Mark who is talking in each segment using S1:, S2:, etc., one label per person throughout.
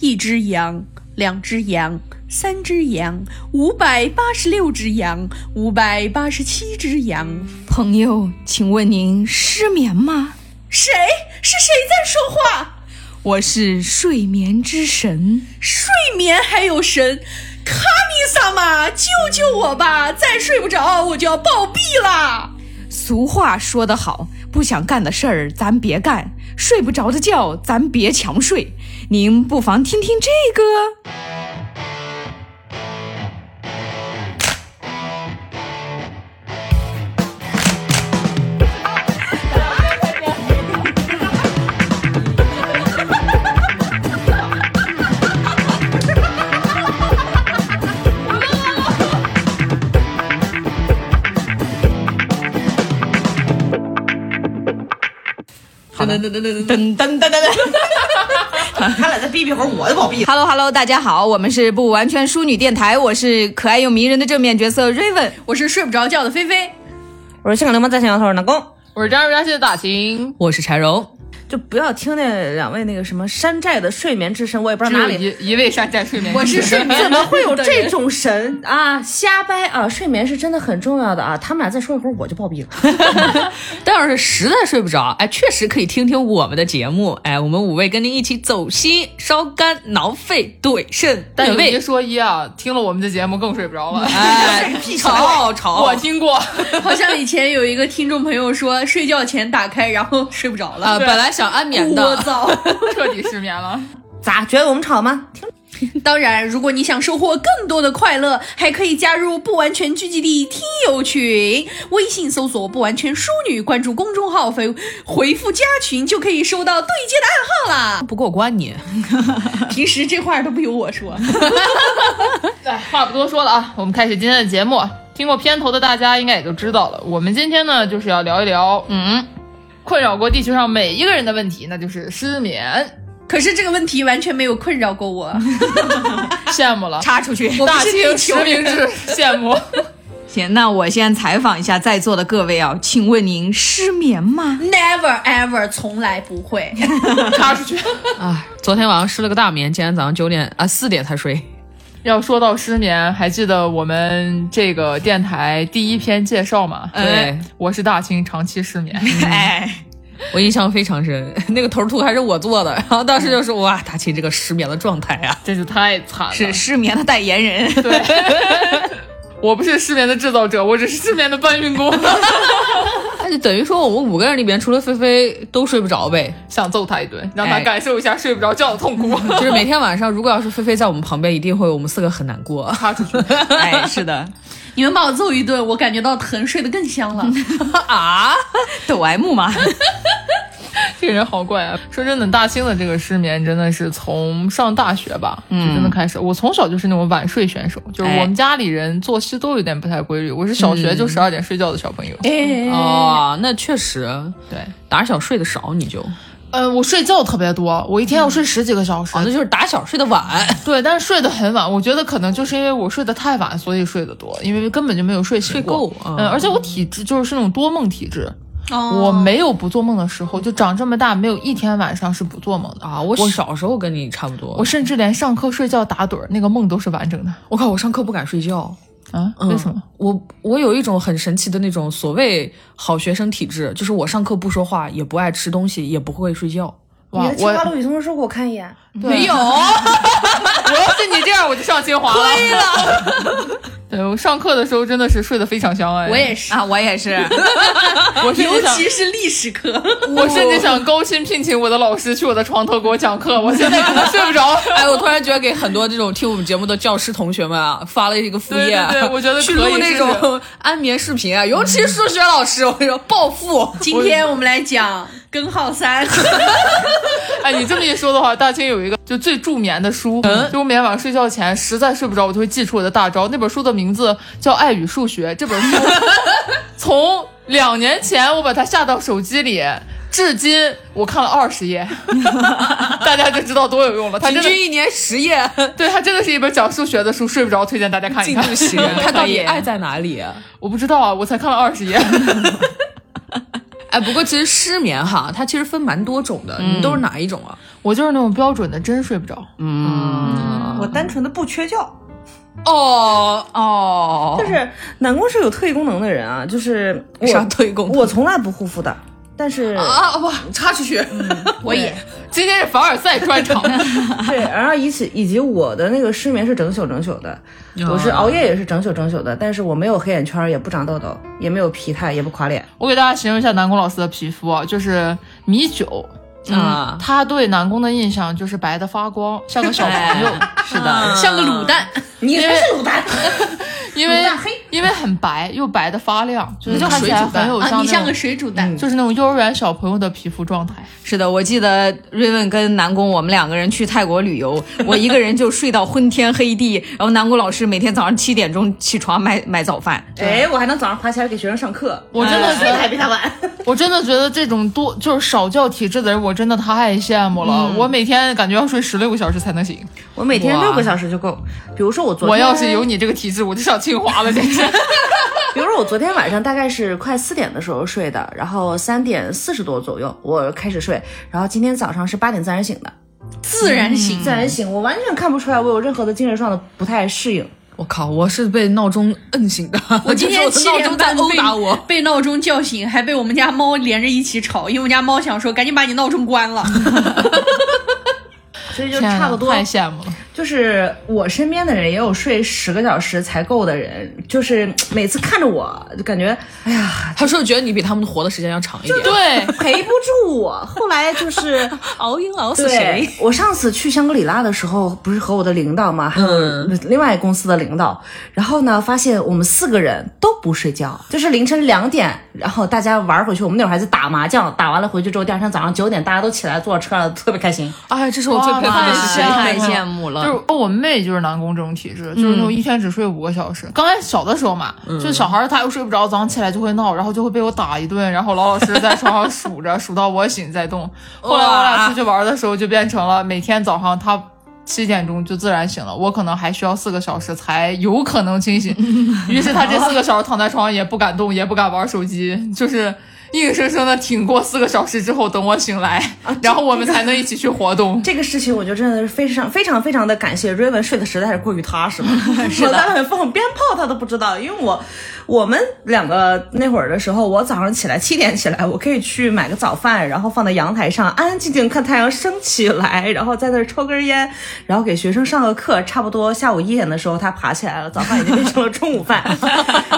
S1: 一只羊，两只羊，三只羊，五百八十六只羊，五百八十七只羊。
S2: 朋友，请问您失眠吗？
S1: 谁是谁在说话？
S2: 我是睡眠之神。
S1: 睡眠还有神，卡米萨玛，救救我吧！再睡不着，我就要暴毙啦！
S2: 俗话说得好，不想干的事儿咱别干，睡不着的觉咱别强睡。您不妨听听这个。
S3: 噔噔噔噔噔噔。
S2: 噔噔噔噔噔。
S3: 他俩再逼逼会儿，我就保毙了。
S2: Hello Hello，大家好，我们是不完全淑女电台，我是可爱又迷人的正面角色 Raven。
S1: 我是睡不着觉的菲菲。
S3: 我说香港流氓在香港头老公，
S4: 我是张瑞佳谢的打晴，
S5: 我是柴荣，
S6: 就不要听那两位那个什么山寨的睡眠之神，我也不知
S4: 只
S6: 道哪
S4: 有
S6: 里
S4: 一一位山寨睡眠，
S1: 我是睡眠，
S6: 怎么会有这种神啊？瞎掰啊！睡眠是真的很重要的啊！他们俩再说一会儿我就暴毙了。
S5: 但要是实在睡不着，哎，确实可以听听我们的节目，哎，我们五位跟您一起走心、烧肝、挠肺、怼肾、
S4: 但
S5: 对
S4: 有一
S5: 胃，
S4: 说一啊，听了我们的节目更睡不着 了。
S5: 哎，吵吵，
S4: 我听过，
S1: 好像以前有一个听众朋友说，睡觉前打开，然后睡不着了。
S5: 啊、本来想安眠
S1: 我
S5: 的，
S1: 操！
S4: 彻底失眠了。
S6: 咋觉得我们吵吗？听
S1: 当然，如果你想收获更多的快乐，还可以加入不完全聚集地听友群，微信搜索“不完全淑女”，关注公众号回回复“加群”就可以收到对接的暗号啦。
S5: 不过我关你，
S1: 平时这话都不由我说，
S4: 哎，话不多说了啊，我们开始今天的节目。听过片头的大家应该也都知道了，我们今天呢就是要聊一聊，嗯，困扰过地球上每一个人的问题，那就是失眠。
S1: 可是这个问题完全没有困扰过我。
S4: 羡慕了，
S2: 插 出去。
S4: 大清实名制，羡 慕。
S2: 行，那我先采访一下在座的各位啊，请问您失眠吗？
S1: Never ever，从来不会。
S4: 插出去。
S5: 啊，昨天晚上失了个大眠，今天早上九点啊四点才 睡，
S4: 要说到失眠，还记得我们这个电台第一篇介绍吗？
S5: 对
S4: 我是大清长期失 眠。
S2: 哎，
S5: 嗯我印象非常深， 那个头图还是我做的， 然后当时就说哇，大庆这个失眠的状态啊，
S4: 真是太惨了。
S2: 是失眠的代言人。
S4: 对，我不是失眠的制造者，我只是失眠的搬运 工。
S5: 哎那就等于说我们五个人里边，除了菲菲都睡不着呗，
S4: 想揍他一顿，让他
S5: 哎
S4: 感受一下睡不着觉的痛 苦。
S5: 就是每天晚上，如果要是菲菲在我们旁边，一定会我们四个很难过。
S4: 他出去，
S2: 哎，是 的，
S1: 你们把我揍一顿，我感觉到疼，睡得更香 了。
S2: 啊，抖 M 嘛，
S4: 这个人好怪啊！说真的，大兴的这个失眠真的是从上大学吧，就真的开始。我从小就是那种晚睡选手，就是
S2: 哎
S4: 我们家里人作息都有点不太规律。我是小学就十二点睡觉的小朋友。
S1: 哎，
S5: 哦，那确实，
S4: 对，
S5: 打小睡得少，你就啊，
S4: 呃，我睡觉特别多，我一天要睡十几个小时。
S5: 那就是打小睡得晚。
S4: 对，但是睡得很晚，我觉得可能就是因为我睡得太晚，所以睡得多，因为根本就没有睡醒
S5: 睡
S4: 过
S5: 够
S4: 嗯
S5: 嗯，
S4: 而且我体质就是那种多梦体质，
S1: 哦
S4: 我没有不做梦的时候，就长这么大没有一天晚上是不做梦的。
S5: 啊，我小时候跟你差不多，
S4: 我甚至连上课睡觉打盹儿那个梦都是完整的
S5: 我靠，我上课不敢睡觉，
S4: 啊？
S5: 嗯
S4: 为什么？
S5: 我我有一种很神奇的那种所谓好学生体质，就是我上课不说话，也不爱吃东西，也不会睡觉。
S6: 你
S4: 哇
S6: 的，青
S4: 我
S6: 花露雨什么时候给我看一眼？
S4: 没有，我要是你这样，我就上清华了。亏了。 对我上课的时候真的是睡得非常香哎，
S1: 我也是，
S2: 啊，我也是。
S4: 我甚
S1: 尤
S4: 至想
S1: 其是历史课。
S4: 我甚至想勾心聘请我的老师去我的床头给我讲课，我现在可能睡不着。
S5: 哎，我突然觉得给很多这种听我们节目的教师同学们啊，发了一个副业，
S4: 对对对我觉得
S5: 去
S4: 可以
S5: 录那
S4: 是
S5: 种安眠视频啊，尤其是数学老师， 我跟你说暴富。
S1: 今 天我们来讲根号三。
S4: 哎，你这么一说的话，大清有一个就最助眠的书，
S5: 嗯
S4: 就我每天晚上睡觉前实在睡不着，我就会记出我的大招。那本书的名字叫《爱与数学》，这本书从两年前我把它下到手机里。至今我看了二十页， 大家就知道多有用了。它
S5: 平
S4: 真的，
S5: 均一年十页，
S4: 对它真的是一本讲数学的书，睡不着推荐大家看一
S5: 进
S4: 看
S5: 度。哎喜 人，他到底
S2: 可以
S5: 爱在哪里？
S4: 啊我不知道啊，我才看了二十页。
S5: 哎，哎，不过其实失眠哈，它其实分蛮多种的，
S4: 嗯
S5: 你都是哪一种啊？
S4: 我就是那种标准的，真睡不着。
S5: 嗯
S4: 嗯
S6: 我单纯的不缺觉。
S5: 哦
S6: 就
S5: 哦，
S6: 是南宫是有特异功能的人啊，就是我
S5: 啥特异功能
S6: 我从来不护肤的，但是、
S5: 啊不，插出去，
S1: 我也
S4: 今天是凡尔赛专场，
S6: 对，然后以此以及我的那个失眠是整宿整宿的，我是熬夜也是整宿整宿的，但是我没有黑眼圈，也不长痘痘，也没有疲态，也不垮脸。
S4: 我给大家形容一下南宫老师的皮肤啊，就是米酒。
S5: 啊
S4: 他对南宫的印象就是白的发光，像个小朋友。是 的，
S1: 像个卤蛋，
S6: 你才是卤蛋，
S4: 因为因为很白又白的发亮，就是看起来很有
S1: 啊，你
S4: 像
S1: 像
S4: 那
S1: 个
S4: 种
S1: 水煮蛋。
S4: 就是那种幼儿园小朋友的皮肤状态。
S7: 是的，我记得瑞文跟南宫我们两个人去泰国旅 游，我一个人就睡到昏天黑地，然后南宫老师每天早上七点钟起床买买早饭。
S6: 哎，我还能早上爬起来给学生上课，
S4: 我真的觉
S6: 睡得还
S4: 得，
S6: 比他晚。
S4: 我真的觉得这种多就是少觉体质的人，我真的太羡慕了。我每天感觉要睡十六个小时才能醒。
S6: 我每天六个小时就够。比如说我昨天，
S4: 我要是有你这个体质，我就上清华了，简直。
S6: 比如说我昨天晚上大概是快四点的时候睡的，然后三点四十多左右我开始睡，然后今天早上是八点自然醒的。
S1: 自然醒，
S6: 自然醒，我完全看不出来我有任何的精神上的不太适应。
S5: 我靠，我是被闹钟摁醒的，
S1: 我今天
S5: 就是
S1: 七
S5: 我的闹
S1: 点
S5: 钟在
S1: 半
S5: 殴
S1: 被
S5: 打我。
S1: 被闹钟叫醒，还被我们家猫连着一起吵，因为我们家猫想说赶紧把你闹钟关了。
S6: 所以就差不多，
S4: 太羡慕了。
S6: 就是我身边的人也有睡十个小时才够的人，就是每次看着我就感觉哎
S5: 他说觉得你比他们活的时间要长一点，
S4: 对，
S6: 陪不住我。后来就是
S5: 熬鹰熬死
S6: 对
S5: 谁？，
S6: 我上次去香格里拉的时候，不是和我的领导嘛，还有另外公司的领导，然后呢，发现我们四个人都不睡觉，就是凌晨两点，然后大家玩回去，我们那会儿还在打麻将，打完了回去之后，第二天早上九点大家都起来坐车了，特别开心。
S5: 哎，这是我最佩服
S4: 哇
S5: 的
S4: 太
S5: 事
S4: 羡
S5: 情
S4: 慕。
S7: 太羡慕了，
S4: 就是哦我妹就是南宫这种体质，就是那种一天只睡五个小时。刚开始小的时候嘛，就小孩儿他又睡不着，早上起来就会闹，然后就会被我打一顿，然后老老实实在床上数着，数到我醒再动。后来我俩出去玩的时候，就变成了每天早上他。七点钟就自然醒了，我可能还需要四个小时才有可能清醒。于是他这四个小时躺在床上也不敢动，也不敢玩手机，就是硬生生的挺过四个小时之后，等我醒来，然后我们才能一起去活动。
S6: 这个事情，我就真的是非常非常非常的感谢瑞文睡得实在是过于 踏实了。我在外面放鞭炮他都不知道，因为我我们两个那会儿的时候，我早上起来七点起来，我可以去买个早饭，然后放在阳台上安安静静看太阳升起来，然后在那儿抽根烟，然后给学生上个课，差不多下午一点的时候他爬起来了，早饭已经变成了中午饭，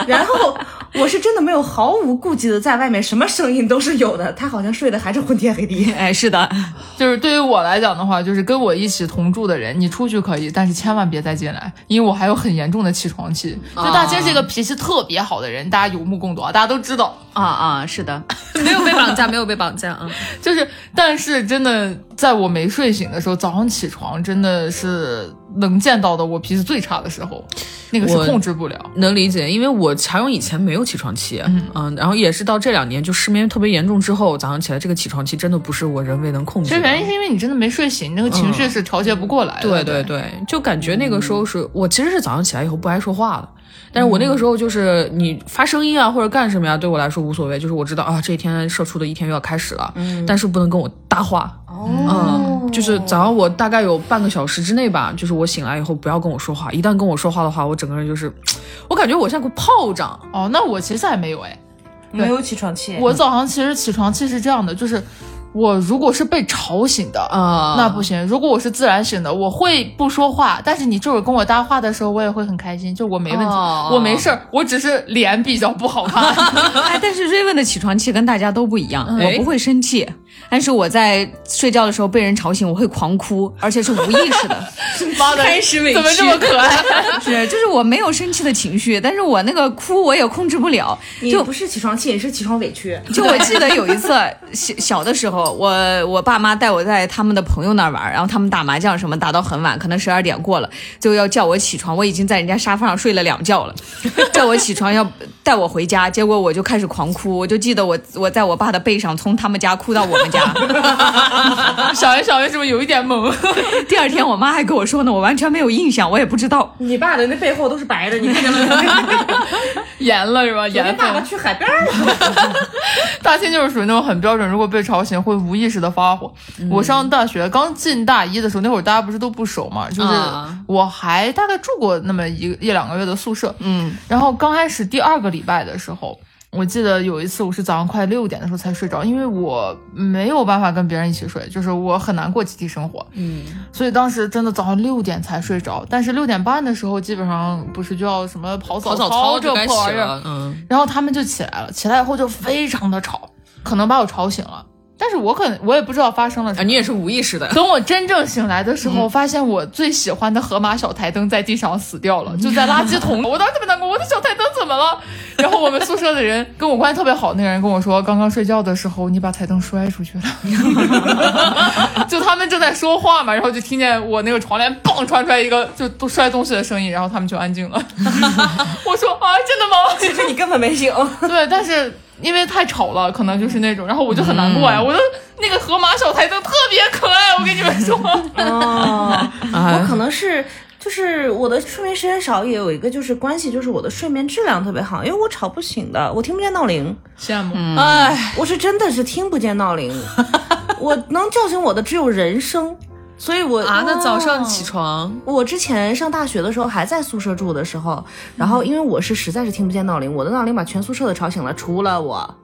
S6: 然后。我是真的没有毫无顾忌的在外面，什么声音都是有的。他好像睡得还是昏天黑地。
S7: 哎，是的，
S4: 就是对于我来讲的话，就是跟我一起同住的人，你出去可以，但是千万别再进来，因为我还有很严重的起床气。就大金
S5: 啊
S4: 是一个脾气特别好的人，大家有目共睹啊，大家都知道。
S7: 啊啊，是 的，
S5: 没有被绑架，没有被绑架啊！
S4: 就是，但是真的，在我没睡醒的时候，早上起床真的是能见到的我脾气最差的时候，那个是
S5: 我
S4: 控制不了。
S5: 能理解，因为我常勇以前没有起床气，嗯然后也是到这两年就失眠特别严重之后，早上起来这个起床气真的不是我人为能控
S4: 其
S5: 制
S4: 实
S5: 的。嗯
S4: 原因是因为你真的没睡醒，那个情绪是调节不过来的。
S5: 对对对，就感觉那个时候是、我其实是早上起来以后不爱说话的，但是我那个时候就是你发声音啊或者干什么呀，对我来说无所谓，就是我知道啊这一天社畜的一天又要开始了，但是不能跟我搭话。哦，嗯，就是早上我大概有半个小时之内吧，就是我醒来以后不要跟我说话，一旦跟我说话的话，我整个人就是，我感觉我像个炮仗。
S4: 哦，那我其实还没有哎。
S8: 没有起床气。
S4: 我早上其实起床气是这样的，就是我如果是被吵醒的
S5: 啊
S4: 那不行。如果我是自然醒的，我会不说话，但是你这会儿跟我搭话的时候，我也会很开心，就我没问题，
S5: 哦
S4: 我没事儿，我只是脸比较不好看。
S7: 哎，但是瑞文的起床气跟大家都不一样，
S4: 哎
S7: 我不会生气，但是我在睡觉的时候被人吵醒，我会狂哭，而且是无意识的，
S4: 妈的，
S1: 开始委屈
S4: 怎么这么 可爱？
S7: 是就是我没有生气的情绪，但是我那个哭我也控制不了，
S6: 你
S7: 就
S6: 不是起床气，你是起床委屈。
S7: 就我记得有一次小小的时候，我我爸妈带我在他们的朋友那儿玩，然后他们打麻将什么打到很晚，可能十二点过了，就要叫我起床。我已经在人家沙发上睡了两觉了，叫我起床要带我回家，结果我就开始狂哭。我就记得我我在我爸的背上从他们家哭到我
S2: 们家。
S4: 小爱，小爱是不是有一点懵？
S2: 第二天我妈还跟我说呢，我完全没有印象，我也不知道。
S6: 你爸的那背后都是白的，你看见 了吗？
S4: 严了是吧？
S6: 昨
S4: 严
S6: 天爸
S4: 分
S6: 爸。去海边儿了，
S4: 大清就是属于那种很标准，如果被吵醒会无意识的发火。我上大学刚进大一的时候，那会儿大家不是都不熟嘛，就是
S2: 啊
S4: 我还大概住过那么一一两个月的宿舍，
S2: 嗯，
S4: 然后刚开始第二个礼拜的时候。我记得有一次，我是早上快六点的时候才睡着，因为我没有办法跟别人一起睡，就是我很难过集体生活，嗯，所以当时真的早上六点才睡着，但是六点半的时候，基本上不是就要什么跑
S5: 跑
S4: 早
S5: 早
S4: 操
S5: 操
S4: 这
S5: 就该
S4: 破玩
S5: 起
S4: 意儿，
S5: 了，嗯，
S4: 然后他们就起来了，起来以后就非常的吵，可能把我吵醒了，但是我可能我也不知道发生了什
S5: 啊，
S4: 么。
S5: 你也是无意识的呀。
S4: 等我真正醒来的时候，发现我最喜欢的河马小台灯在地上死掉了，就在垃圾桶。我当时特别难过，我的小台灯怎么了？然后我们宿舍的人跟我关系特别好，那个人跟我说，刚刚睡觉的时候你把台灯摔出去了。 就他们正在说话嘛，然后就听见我那个床帘嘣传出来一个就都摔东西的声音，然后他们就安静了。 我说啊，真的吗？
S6: 其实你根本没醒。
S4: 对，但是因为太吵了，可能就是那种，然后我就很难过呀、我就那个河马小台灯特别可爱，我跟你们说，
S6: 哦，
S5: 啊
S6: 我可能是。就是我的睡眠时间少，也有一个就是关系，就是我的睡眠质量特别好，因为我吵不醒的，我听不见闹铃，
S4: 羡慕。
S5: 哎，
S6: 我是真的是听不见闹 铃，我能叫醒我的只有人声，所以我
S5: 啊，那早上起床，
S6: 我之前上大学的时候还在宿舍住的时候，然后因为我是实在是听不见闹铃，我的闹铃把全宿舍的吵醒了，除了我。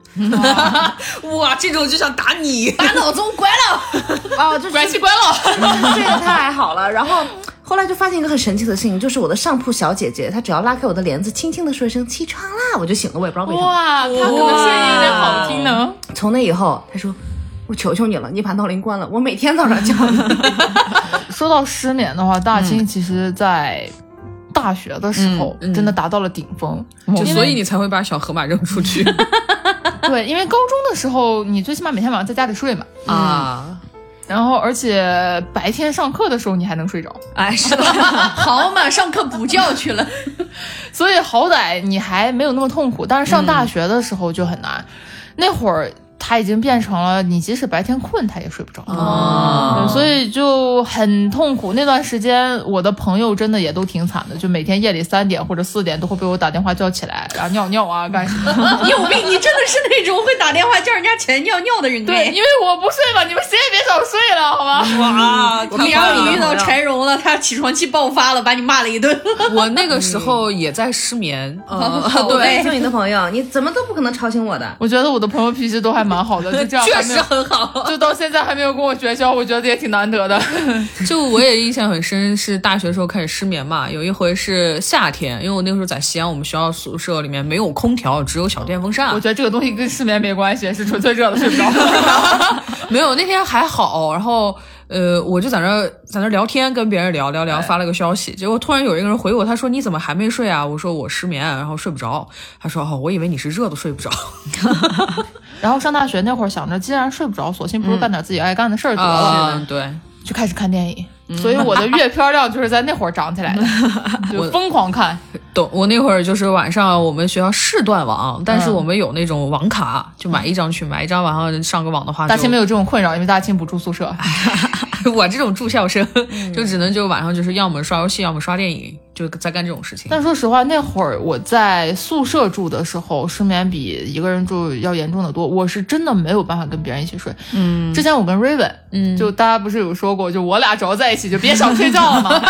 S5: 哇，这种就想打你，
S1: 把脑宗关了，
S6: 哦，就是
S4: 关系关了，
S6: 这个太好了。然后后来就发现一个很神奇的事情，就是我的上铺小姐姐，她只要拉开我的帘子，轻轻的说一声“起床啦”，我就醒了，我也不知道为什么。
S4: 哇，他可能声音有点好听呢。
S6: 从那以后，她说。我求求你了，你把闹铃关了，我每天早上叫 你。
S4: 说到失眠的话，大清其实在大学的时候真的达到了顶峰，
S5: 就
S4: 嗯因为
S5: 所以你才会把小河马扔出去
S4: 对，因为高中的时候你最起码每天晚上在家里睡嘛，
S5: 啊。
S4: 然后而且白天上课的时候你还能睡着，
S2: 哎，是的，
S1: 好 嘛， 上课补觉去了。
S4: 所以好歹你还没有那么痛苦，但是上大学的时候就很难。那会儿他已经变成了你即使白天困，他也睡不着。
S5: 啊
S4: 嗯对所以就很痛苦。那段时间，我的朋友真的也都挺惨的，就每天夜里三点或者四点都会被我打电话叫起 来，然后尿尿啊，干什么的？
S1: 你有病，你真的是那种会打电话叫人家起来尿尿的人哎
S4: 对，
S1: 呗。
S4: 因为我不睡嘛，你们谁也别少睡了，好吧？
S5: 哇，
S1: 你让你遇到柴荣了，他起床气爆发了，把你骂了一顿。
S5: 我那个时候也在失眠，呃，
S1: 好
S5: 对，
S1: 嘞
S6: 哦做你的朋友，你怎么都不可能吵醒我的。
S4: 我觉得我的朋友脾气都还蛮好的，就这样 还
S5: 确
S4: 没
S5: 实
S4: 有，
S5: 很好。
S4: 就到现在还没有跟我绝交，我觉得也挺 难得的。
S5: 就我也印象很深，是大学时候开始失眠嘛。有一回是夏天，因为我那个时候在西安，我们学校宿舍里面没有空调，只有小电风扇
S4: 我。觉得这个东西跟失眠没关系，是纯粹热的睡不着。
S5: 没有，那天还好。然后呃，我就在那儿在那儿聊天，跟别人聊聊聊，发了个消息。结果突然有一个人回我，他说你怎么还没睡啊？我说我失眠，然后睡不着。他说哦，我以为你是热的睡 不着。
S4: 然后上大学那会儿想着，既然睡不着，索性不如干点自己爱干的事儿得
S5: 嗯
S4: 了，
S5: 啊，对，
S4: 就开始看电影。所以我的阅片量就是在那会儿涨起来 的，就疯狂看。
S5: 懂。我那会儿就是晚上我们学校是断网，但是我们有那种网卡，就买一张去，买一张晚上上个网的话，
S4: 大清没
S5: 有。
S4: 有这种困扰，因为大清不住宿舍。
S5: 我这种住校生，
S4: 嗯
S5: 就只能就晚上就是要么刷游戏，要么刷电影，就在干这种事情。
S4: 但说实话，那会儿我在宿舍住的时候，失眠比一个人住要严重的多。我是真的没有办法跟别人一起睡。嗯，之前我跟 Raven，嗯，就大家不是有说过，就我俩只要在一起就别想睡觉了 嘛。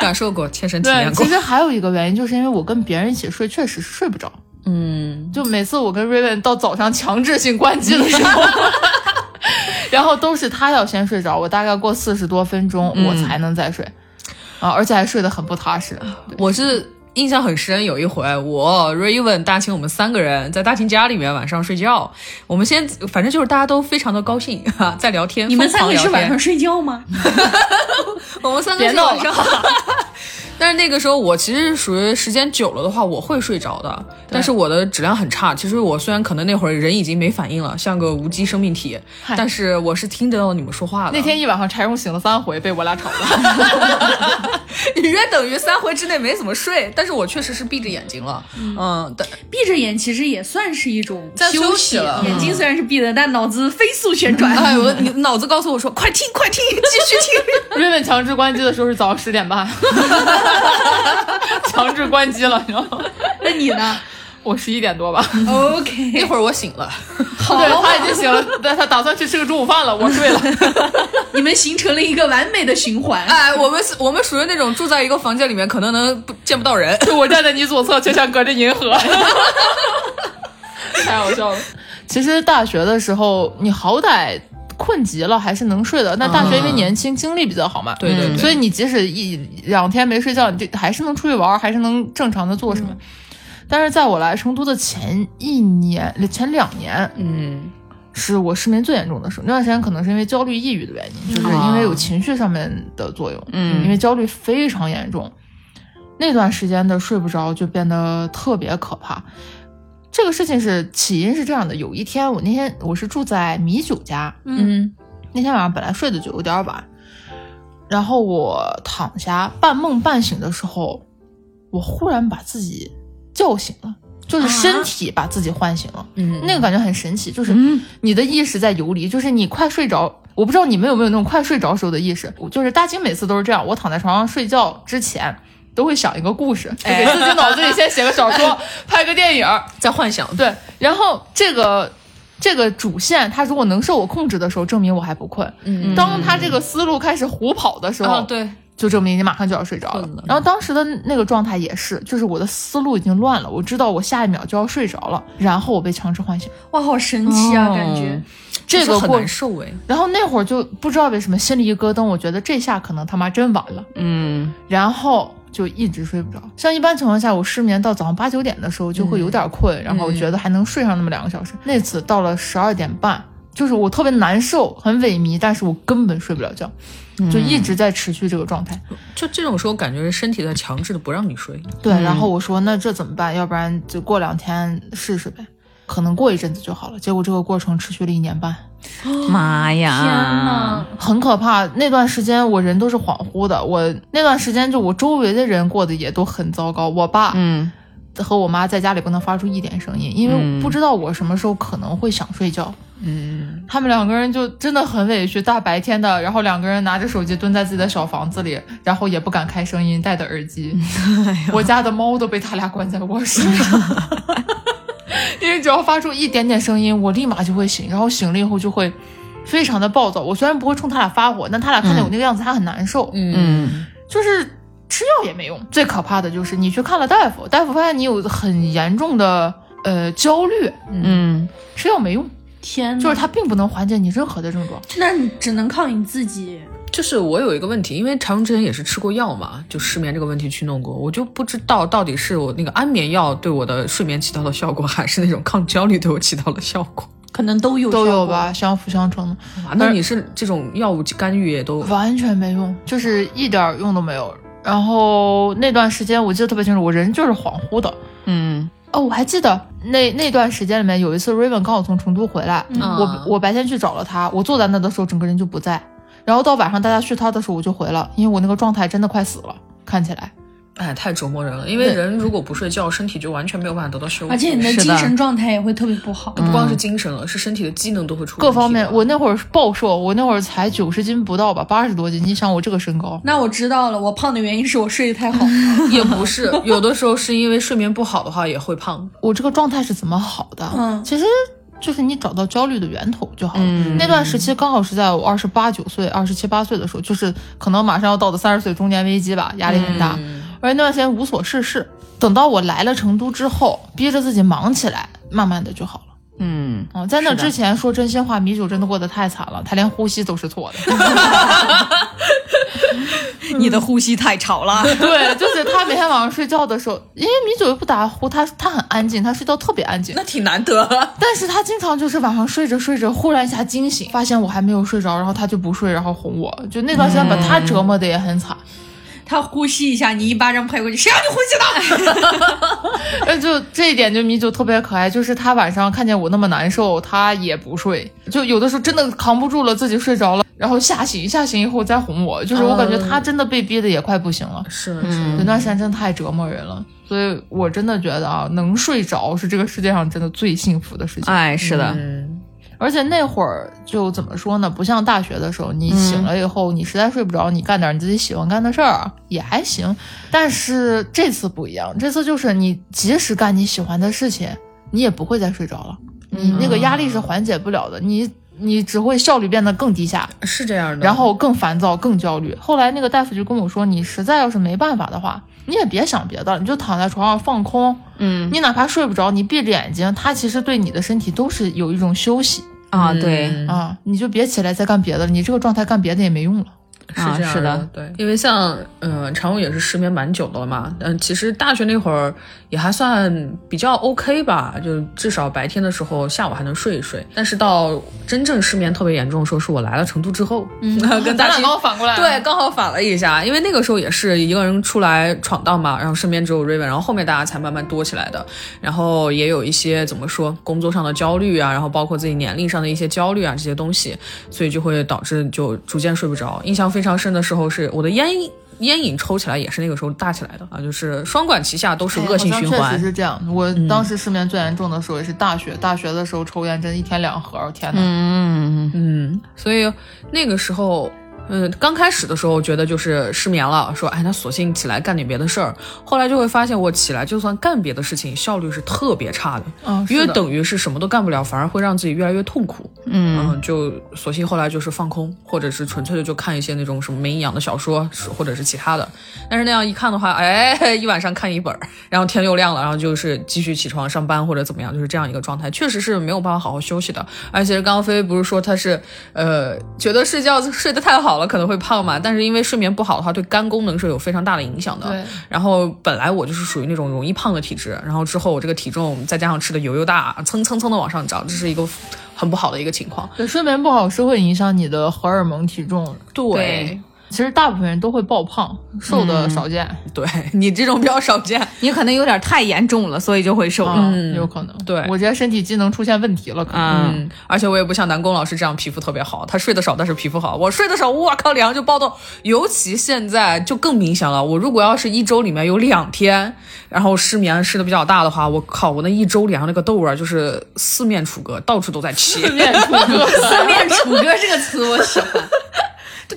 S5: 感受过，切身体
S4: 对，
S5: 验
S4: 其
S5: 过。
S4: 实还有一个原因，就是因为我跟别人一起睡，确实是睡不着。
S5: 嗯，
S4: 就每次我跟 Raven 到早上强制性关机的时候，然后都是他要先睡着，我大概过四十多分钟、我才能再睡，啊，而且还睡得很不踏实。
S5: 我是印象很深，有一回我 Raven 大清我们三个人在大清家里面晚上睡觉，我们先反正就是大家都非常的高兴，哈，在聊天。
S1: 你们
S5: 疯
S1: 三个
S5: 狂聊
S1: 是
S5: 天
S1: 晚上睡觉吗？
S5: 我们三个是晚上。 但是那个时候我其实是属于时间久了的话，我会睡着的，但是我的质量很差。其实我虽然可能那会儿人已经没反应了，像个无机生命体，但是我是听得到你们说话的。
S4: 那 天一晚上，柴荣醒了三回，被我俩吵了。
S5: 约等于三回之内没怎么睡，但是我确实是闭着眼睛了。嗯，但
S1: 闭着眼其实也算是一种
S4: 在休
S1: 息
S4: 息了
S1: 眼睛虽然是闭的，但脑子飞速旋转。
S5: 哎，我你脑子告诉我说，快听快听， 继续听。
S4: 瑞问强制关机的时候是早上十点半，强制关机了，你知道吗？
S1: 那你呢
S4: 我十一点多吧，
S1: ？OK，
S5: 那会儿我醒了，
S4: 对他已经醒了，但他打算去吃个中午饭了，我睡了。
S1: 你们形成了一个完美的循环。
S5: 哎，我们是我们属于那种住在一个房间里面，可能能不见不到人。
S4: 就 我站在你左侧，却像隔着银河， 太好笑了。其实大学的时候，你好歹。困极了还是能睡的，但大学因为年轻，精力比较好嘛，
S5: 对对对
S4: 所以你即使一两天没睡觉，你就还是能出去玩儿，还是能正常的做什么。但是在我来成都的前一年、前两年，
S5: 嗯，
S4: 是我失眠最严重的时候。那段时间可能是因为焦虑、抑郁的原因，就是因为有情绪上面的作用。嗯，因为焦虑非常严重，那段时间的睡不着就变得特别可怕。这个事情是起因是这样的，有一天我那天我是住在米酒家，
S5: 嗯，
S4: 那天晚上本来睡得就有点晚，然后我躺下半梦半醒的时候，我忽然把自己叫醒了，就是身体把自己唤醒了。嗯，那个感觉很神奇，就是你的意识在游离，就是你快睡着。我不知道你们有没有那种快睡着时候的意识，我就是大金每次都是这样，我躺在床上睡觉之前。都会想一个故事，就给自己脑子里先写个 小说，拍个电影，
S5: 哎在幻想。
S4: 对，然后这个这个主线，它如果能受我控制的时候，证明我还不困。嗯，当它这个思路开始胡跑的时候，
S5: 啊，，对，
S4: 就证明你马上就要睡着了。然后当时的那个状态也是，就是我的思路已经乱了，我知道我下一秒就要睡着了，然后我被强制唤醒。
S1: 哇，好神奇
S2: 哦
S1: 啊，感觉。
S4: 这个
S5: 很
S4: 过
S5: 难受哎。
S4: 然后那会儿就不知道为什么心里一咯噔，我觉得这下可能他妈真完了。
S5: 嗯，
S4: 然后就一直睡不着。像一般情况下，我失眠到早上八九点的时候就会有点困，然后我觉得还能睡上那么两个小时。那次到了十二点半，就是我特别难受，很萎靡，但是我根本睡不了觉，就一直在持续这个状态。
S5: 就这种时候，感觉身体在强制的不让你睡。
S4: 对，然后我说那这怎么办？要不然就过两天试试呗。可能过一阵子就好了，结果这个过程持续了一年半，
S2: 妈呀！
S1: 天
S2: 啊
S1: 呐，
S4: 很可怕。那段时间我人都是恍惚的，我那段时间就我周围的人过得也都很糟糕。我爸，
S5: 嗯，
S4: 和我妈在家里不能发出一点声音，因为不知道我什么时候可能会想睡觉。嗯，他们两个人就真的很委屈，大白天的，然后两个人拿着手机蹲在自己的小房子里，然后也不敢开声音，戴着耳 机。我家的猫都被他俩关在卧室了， 因为只要发出一点点声音，我立马就会醒，然后醒了以后就会。非常的暴躁，我虽然不会冲他俩发火，但他俩看见我那个样子，他很难受。嗯，
S5: 嗯，
S4: 就是吃药也没用。最可怕的就是你去看了大夫，大夫发现你有很严重的呃焦虑，
S5: 嗯，
S4: 吃药没用，
S1: 天呐，
S4: 就是它并不能缓解你任何的症状。
S1: 那你只能靠你自己。
S5: 就是我有一个问题，因为常荣之前也是吃过药嘛，就失眠这个问题去弄过，我就不知道到底是我那个安眠药对我的睡眠起到了效果，还是那种抗焦虑对我起到了效果。
S1: 可能都有
S4: 都
S1: 效
S4: 有
S1: 果？
S4: 吧，相辅相成的，
S5: 啊那你是这种药物干预也都
S4: 完全没用，就是一点儿用都没有。然后那段时间我记得特别清楚，我人就是恍惚的，
S5: 嗯
S4: 哦，我还记得那那段时间里面有一次，Raven 刚好从成都回
S1: 嗯
S4: 来，我
S1: 啊
S4: 我白天去找了他，我坐在那的时候整个人就不在，然后到晚上大家去他的时候我就回了，因为我那个状态真的快死了，看起来。
S5: 哎，太折磨人了，因为人如果不睡觉，身体就完全没有办法得到修复，
S1: 而且你的
S5: 是
S1: 精神状态也会特别不好。
S2: 嗯
S5: 不光是精神了，是身体的机能都会出
S4: 各方
S5: 问题
S4: 面
S5: 的，
S4: 我那会儿是暴瘦，我那会儿才九十斤不到吧，八十多斤。你想我这个身高，
S1: 那我知道了，我胖的原因是我睡得太 好了。
S5: 也不是，有的时候是因为睡眠不好的话也会胖。
S4: 我这个状态是怎么好的？
S1: 嗯
S4: 其实就是你找到焦虑的源头就好了。
S5: 嗯
S4: 那段时期刚好是在我二十八九岁、二十七八岁的时候，就是可能马上要到的三十岁中年危机吧，压力很大，
S5: 嗯
S4: 而且那段时间无所事事。等到我来了成都之后，逼着自己忙起来，慢慢的就好了。
S2: 嗯，
S4: 哦，在那之前说真心话，米酒真的过得太惨了，他连呼吸都是错的。
S2: 你的呼吸太吵了。
S4: 对，就是他每天晚上睡觉的时候，因为米酒又不打呼，他他很安静，他睡觉特别安静。
S5: 那挺难得，啊
S4: 但是他经常就是晚上睡着睡着，忽然一下惊醒，发现我还没有睡着，然后他就不睡，然后哄我，就那段时间把他折磨的也很惨。
S1: 他呼吸一下，你一巴掌拍过去，谁让你呼吸的？
S4: 呃，就这一点就米酒特别可爱，就是他晚上看见我那么难受，他也不睡，就有的时候真的扛不住了，自己睡着了，然后吓醒，吓醒以后再哄我，就是我感觉他真的被憋得也快不行了，
S5: 是
S4: 那段时间真的太折磨人了。所以我真的觉得啊，能睡着是这个世界上真的最幸福的事
S6: 啊
S4: 情。
S2: 哎，是
S6: 嗯
S2: 的，
S5: 嗯
S4: 而且那会儿就怎么说呢，不像大学的时候，你醒了以后，你实在睡不着，你干点你自己喜欢干的事儿啊也还行。但是这次不一样，这次就是你即使干你喜欢的事情，你也不会再睡着了，你那个压力是缓解不了的，你你只会效率变得更低下。
S5: 是这样的。
S4: 然后更烦躁、更焦虑。后来那个大夫就跟我说，你实在要是没办法的话，你也别想别的，你就躺在床上放空。嗯，你哪怕睡不着，你闭着眼睛，它其实对你的身体都是有一种休息
S2: 啊，对，
S5: 嗯
S4: 啊。你就别起来再干别的了，你这个状态干别的也没用了。
S5: 是
S2: 啊
S5: 这样
S2: 是的
S5: 的，对，因为像嗯，常务也是失眠蛮久的了嘛，嗯，其实大学那会儿也还算比较 OK 吧，就至少白天的时候下午还能睡一睡，但是到真正失眠特别严重的时候，是我来了成都之后，嗯， 跟大
S4: 咱俩
S5: 家
S4: 刚好反过来，
S5: 对，，刚好反了一下，因为那个时候也是一个人出来闯荡嘛，然后身边只有 Raven，然后后面大家才慢慢多起来的，然后也有一些怎么说工作上的焦虑啊，然后包括自己年龄上的一些焦虑啊这些东西，所以就会导致就逐渐睡不着。印象非常深的时候是我的烟烟瘾抽起来也是那个时候大起来的啊，就是双管齐下都是恶性循
S4: 哎好像确
S5: 环嗯
S4: 实。是这样。我当时失眠最严重的时候也是大学，大学的时候抽烟真的一天两盒，天哪！
S2: 嗯
S5: 嗯，所以那个时候，嗯，刚开始的时候觉得就是失眠了，说哎，那索性起来干点别的事儿。后来就会发现，我起来就算干别的事情，效率是特别差的，
S4: 嗯是
S5: 因为
S4: 的
S5: 等于是什么都干不了，反而会让自己越来越痛苦。嗯就索性后来就是放空，或者是纯粹的就看一些那种什么没营养的小说，是或者是其他的。但是那样一看的话，哎，一晚上看一本儿， 然后天又亮了，然后就是继续起床上班或者怎么样，就是这样一个状态，确实是没有办法好好休息的。而且刚刚菲菲不是说她是呃觉得睡觉睡得太好了可能会胖嘛，但是因为睡眠不好的话，对肝功能是有非常大的影响的。
S4: 对，
S5: 然后本来我就是属于那种容易胖的体质，然后之后我这个体重再加上吃的油又大，蹭蹭蹭的往上涨，这是一个很不好的一个情况。
S4: 对，睡眠不好是会影响你的荷尔蒙体重。
S5: 对
S4: 其实大部分人都会爆胖，瘦
S5: 嗯
S4: 的少见。
S5: 对， 你这种比较少见。
S2: 你可能有点太严重了，所以就会瘦。
S4: 嗯，有可能。
S5: 对
S4: 我觉得身体机能出现问题了，可能。
S5: 嗯，而且我也不像南宫老师这样皮肤特别好，他睡得少，但是皮肤好。我睡得少，我靠，脸上就爆痘。尤其现在就更明显了。我如果要是一周里面有两天，然后失眠失的比较大的话，我靠，我那一周脸上那个痘啊，就是四面楚歌，到处都在起，
S2: 四面楚歌这个词我 喜欢。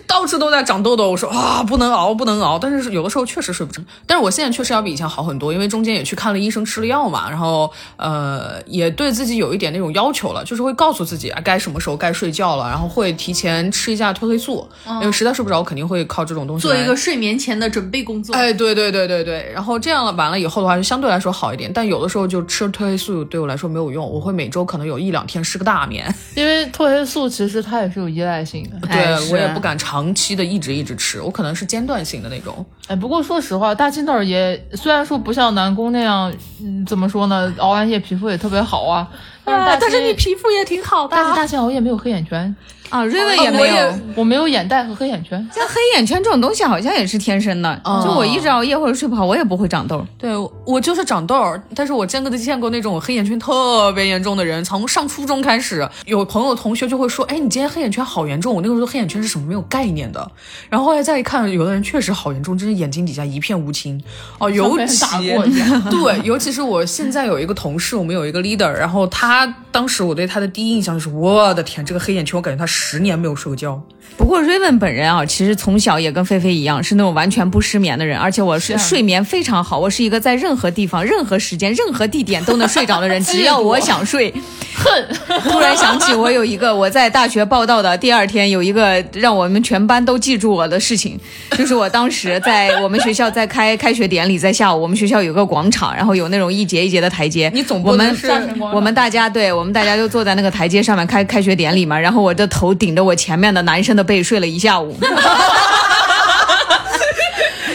S5: 到处都在长痘痘。我说啊，不能熬，不能熬。但是有的时候确实睡不着。但是我现在确实要比以前好很多，因为中间也去看了医生，吃了药嘛，然后呃，也对自己有一点那种要求了，就是会告诉自己啊，该什么时候该睡觉了，然后会提前吃一下褪黑素，因为实在睡不着，我肯定会靠这种东西
S1: 做一
S5: 来
S1: 个睡眠前的准备工作。
S5: 哎，对对对对对，然后这样了完了以后的话，就相对来说好一点，但有的时候就吃褪黑素对我来说没有用，我会每周可能有一两天吃个大眠，
S4: 因为褪黑素其实它也是有依赖性的。
S5: 对、
S2: 哎是
S5: 我也不敢长期的一直一直吃，我可能是间断性的那种。
S4: 哎，不过说实话，大青豆也虽然说不像南宫那样，嗯，怎么说呢，熬完夜皮肤也特别好啊，
S1: 哎
S4: 但是
S2: 哎
S4: 大青、
S5: 哎但是你皮肤也挺好的
S4: 但是
S5: 啊。
S4: 大青熬夜没有黑眼圈，
S2: 啊，瑞
S1: 哦
S2: 文也
S4: 我
S2: 没有。
S4: 我没有眼袋和黑眼圈。
S2: 像黑眼圈这种东西好像也是天生的，
S1: 哦
S2: 就我一直熬夜或者睡不好，我也不会长痘。
S5: 对我就是长痘儿，但是我见过见过那种黑眼圈特别严重的人，从上初中开始，有朋友同学就会说，哎，你今天黑眼圈好严重。我那个时候黑眼圈是什么没有概念的，然后后来再一看，有的人确实好严重，真是眼睛底下一片乌青哦，尤
S4: 被人
S5: 其
S4: 打过一样
S5: 对，尤其是我现在有一个同事，我们有一个 leader，然后他当时我对他的第一印象就是，我的天，这个黑眼圈，我感觉他十年没有睡过觉。
S2: 不过瑞文本人啊，其实从小也跟菲菲一样，是那种完全不失眠的人，而且我是睡眠非常好，我是一个在任何地方、任何时间、任何地点都能睡 着的人，只要我
S5: 啊
S2: 想睡。恨！ 突然想起我有一个我在大学报道的第二天有一个让我们全班都记住我的事情，就是我当时在我们学校在开开学典礼，在下午我们学校有个广场，然后有那种一节一节的台阶，
S5: 你总不
S2: 我们
S5: 能是战神广场
S2: 我们大家对我们大家就坐在那个台阶上面开开学典礼嘛，然后我的头顶着我前面的男生的背睡了一下午。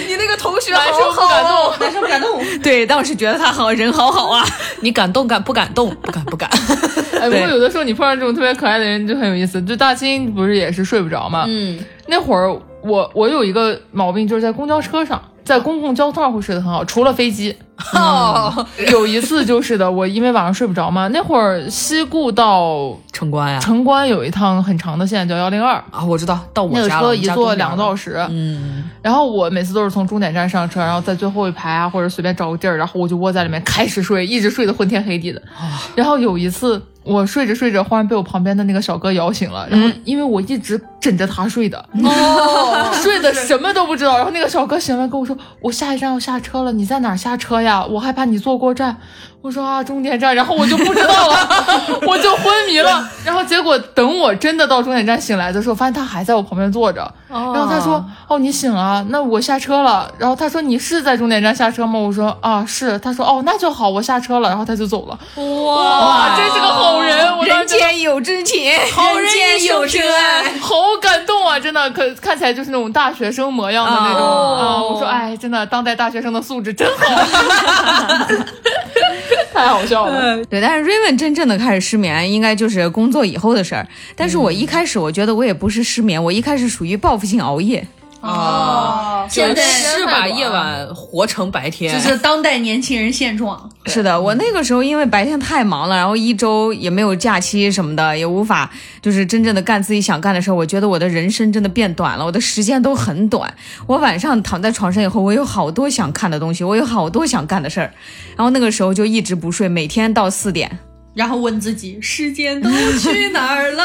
S5: 你那个同
S1: 啊
S5: 学
S4: 男生不敢动，
S3: 男生不敢动，
S2: 对，当时觉得他好人好好啊，
S5: 你敢动敢不敢动？不敢不敢。
S4: 哎，不过有的时候你碰上这种特别可爱的人就很有意思。就大青不是也是睡不着嘛？嗯，那会儿我我有一个毛病，就是在公交车上，在公共交通上会睡得很好，除了飞机。嗯
S2: 哦，
S4: 有一次就是的，我因为晚上睡不着嘛，那会儿西固到
S5: 城关呀
S4: 城关有一趟很长的线叫幺零二，
S5: 啊，我知道，到我
S4: 那个
S5: 家了，
S4: 车
S5: 我
S4: 一
S5: 们家
S4: 坐
S5: 东边
S4: 两个多
S5: 了
S4: 小时，嗯，然后我每次都是从终点站上车，然后在最后一排啊，或者随便找个地儿，然后我就窝在里面开始睡，一直睡得昏天黑地的。
S5: 啊
S4: 然后有一次我睡着睡着，忽然被我旁边的那个小哥摇醒了，然后
S5: 嗯
S4: 因为我一直枕着他睡的，睡的什么都不知道。然后那个小哥醒来跟我说：“我下一站要下车了，你在哪儿下车呀？我害怕你坐过站。”我说啊，终点站，然后我就不知道了， 我就昏迷了。然后结果等我真的到终点站醒来的时候，发现他还在我旁边坐着。然后他说：“哦，你醒了，那我下车了。”然后他说：“你是在终点站下车吗？”我说：“啊，是。”他说：“哦，那就好，我下车了。”然后他就走了。哇，啊真是个好人，我当
S2: 哦人
S4: 时
S2: 间有真情，
S4: 好
S2: 人
S4: 人
S2: 间有真爱。
S4: 好感动啊！真的，可看起来就是那种大学生模样的那种。
S5: 哦
S4: 啊，我说，哎，真的，当代大学生的素质真好， 太好笑了。
S5: 嗯
S2: 对，但是 Raven 真正的开始失眠，应该就是工作以后的事儿。但是我
S4: 嗯
S2: 一开始我觉得我也不是失眠，我一开始属于报复性熬夜。
S1: 哦，现在
S5: 是把夜晚活成白天，
S1: 就是当代年轻人现状。
S2: 是的，我那个时候因为白天太忙了，然后一周也没有假期什么的，也无法就是真正的干自己想干的事儿。我觉得我的人生真的变短了，我的时间都很短。我晚上躺在床上以后，我有好多想看的东西，我有好多想干的事儿，然后那个时候就一直不睡，每天到四点。
S1: 然后问自己，时间都去哪儿了？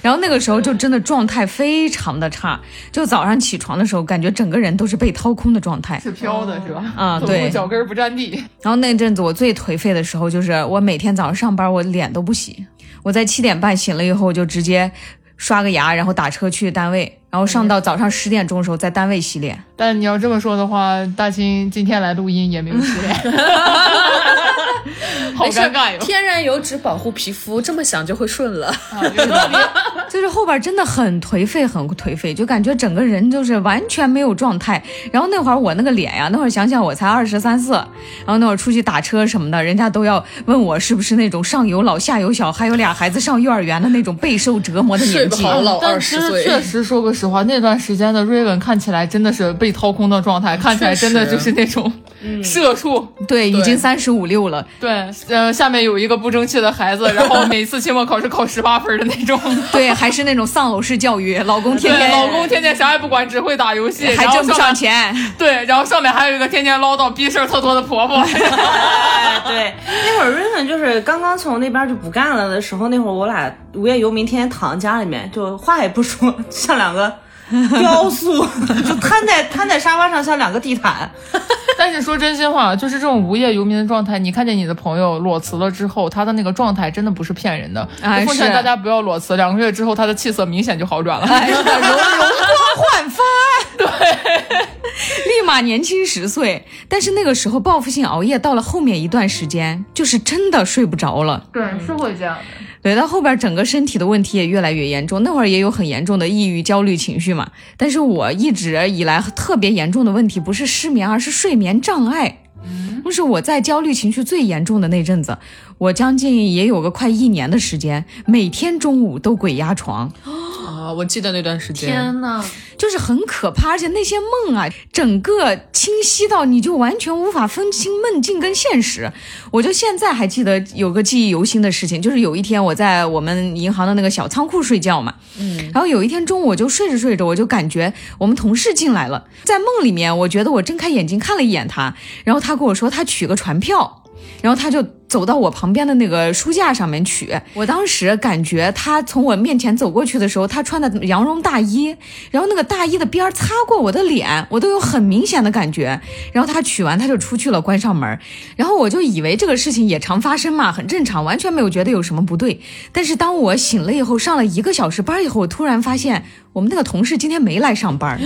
S2: 然后那个时候就真的状态非常的差，就早上起床的时候，感觉整个人都是被掏空的状态。
S4: 是飘的是吧？
S5: 嗯
S2: 啊
S4: 走
S2: 对
S4: 路脚跟儿不沾地。
S2: 然后那阵子我最颓废的时候，就是我每天早上上班，我脸都不洗。我在七点半醒了以后，就直接刷个牙，然后打车去单位，然后上到早上十点钟的时候，在单位洗脸。
S4: 但你要这么说的话，大清今天来录音也没有 失恋，好尴尬哟。
S5: 天然油脂保护皮肤，这么想就会顺了。
S4: 啊 有道理
S2: 就是后边真的很颓废，很颓废，就感觉整个人就是完全没有状态。然后那会儿我那个脸呀，那会儿想想我才二十三四，然后那会儿出去打车什么的，人家都要问我是不是那种上有老下有小，还有俩孩子上幼儿园的那种备受折磨的年纪。
S5: 老
S4: 但其实确实说个实话，那段时间的瑞文看起来真的是被掏空的状
S5: 嗯
S4: 态，看起来真的就是那种社畜。
S2: 对，已经三十五六了，
S4: 对，呃，下面有一个不争气的孩子，然后每次期末考试考十八分的那种。
S2: 对，还是那种丧偶式教育，老公 天
S4: 对，
S2: 天
S4: 老公天天啥也不管，只会打游戏，
S2: 还
S4: 然后
S2: 挣不
S4: 上
S2: 上
S4: 面。
S2: 钱，
S4: 对，然后上面还有一个天天唠叨、逼事儿特多的婆 婆。
S3: 哎，对，那会儿 Raven 就是刚刚从那边就不干了的时候，那会儿我俩无业游民，天天躺在家里面，就话也不说，像两个 雕塑， 就瘫在瘫在沙发上，像两个地毯。
S4: 但是说真心话，就是这种无业游民的状态，你看见你的朋友裸辞了之后，他的那个状态真的不是骗人的。
S2: 哎
S4: 就奉劝
S2: 是
S4: 大家不要裸辞，两个月之后他的气色明显就好转了。
S2: 哎，容容光焕发， 对，立马年轻十岁。但是那个时候报复性熬夜，到了后面一段时间，就是真的睡不着了。
S4: 对，是会这样的。
S2: 对，到后边整个身体的问题也越来越严重，那会儿也有很严重的抑郁、焦虑情绪嘛。但是我一直以来特别严重的问题不是失眠，而是睡眠障碍。
S4: 嗯
S2: 就是我在焦虑情绪最严重的那阵子，我将近也有个快一年的时间，每天中午都鬼压床。
S5: 啊，我记得那段时间，
S1: 呐，
S2: 就是很可怕，而且那些梦啊，整个清晰到你就完全无法分清梦境跟现实。我就现在还记得有个记忆犹新的事情，就是有一天我在我们银行的那个小仓库睡觉嘛，嗯，然后有一天中午我就睡着睡着，我就感觉我们同事进来了，在梦里面，我觉得我睁开眼睛看了一眼他，然后他跟我说他取个船票。然后他就走到我旁边的那个书架上面取。我当时感觉他从我面前走过去的时候，他穿的羊绒大衣，然后那个大衣的边儿擦过我的脸，我都有很明显的感觉。然后他取完他就出去了，关上门儿。然后我就以为这个事情也常发生嘛，很正常，完全没有觉得有什么不对。但是当我醒了以后，上了一个小时班以后，我突然发现我们那个同事今天没来上班儿。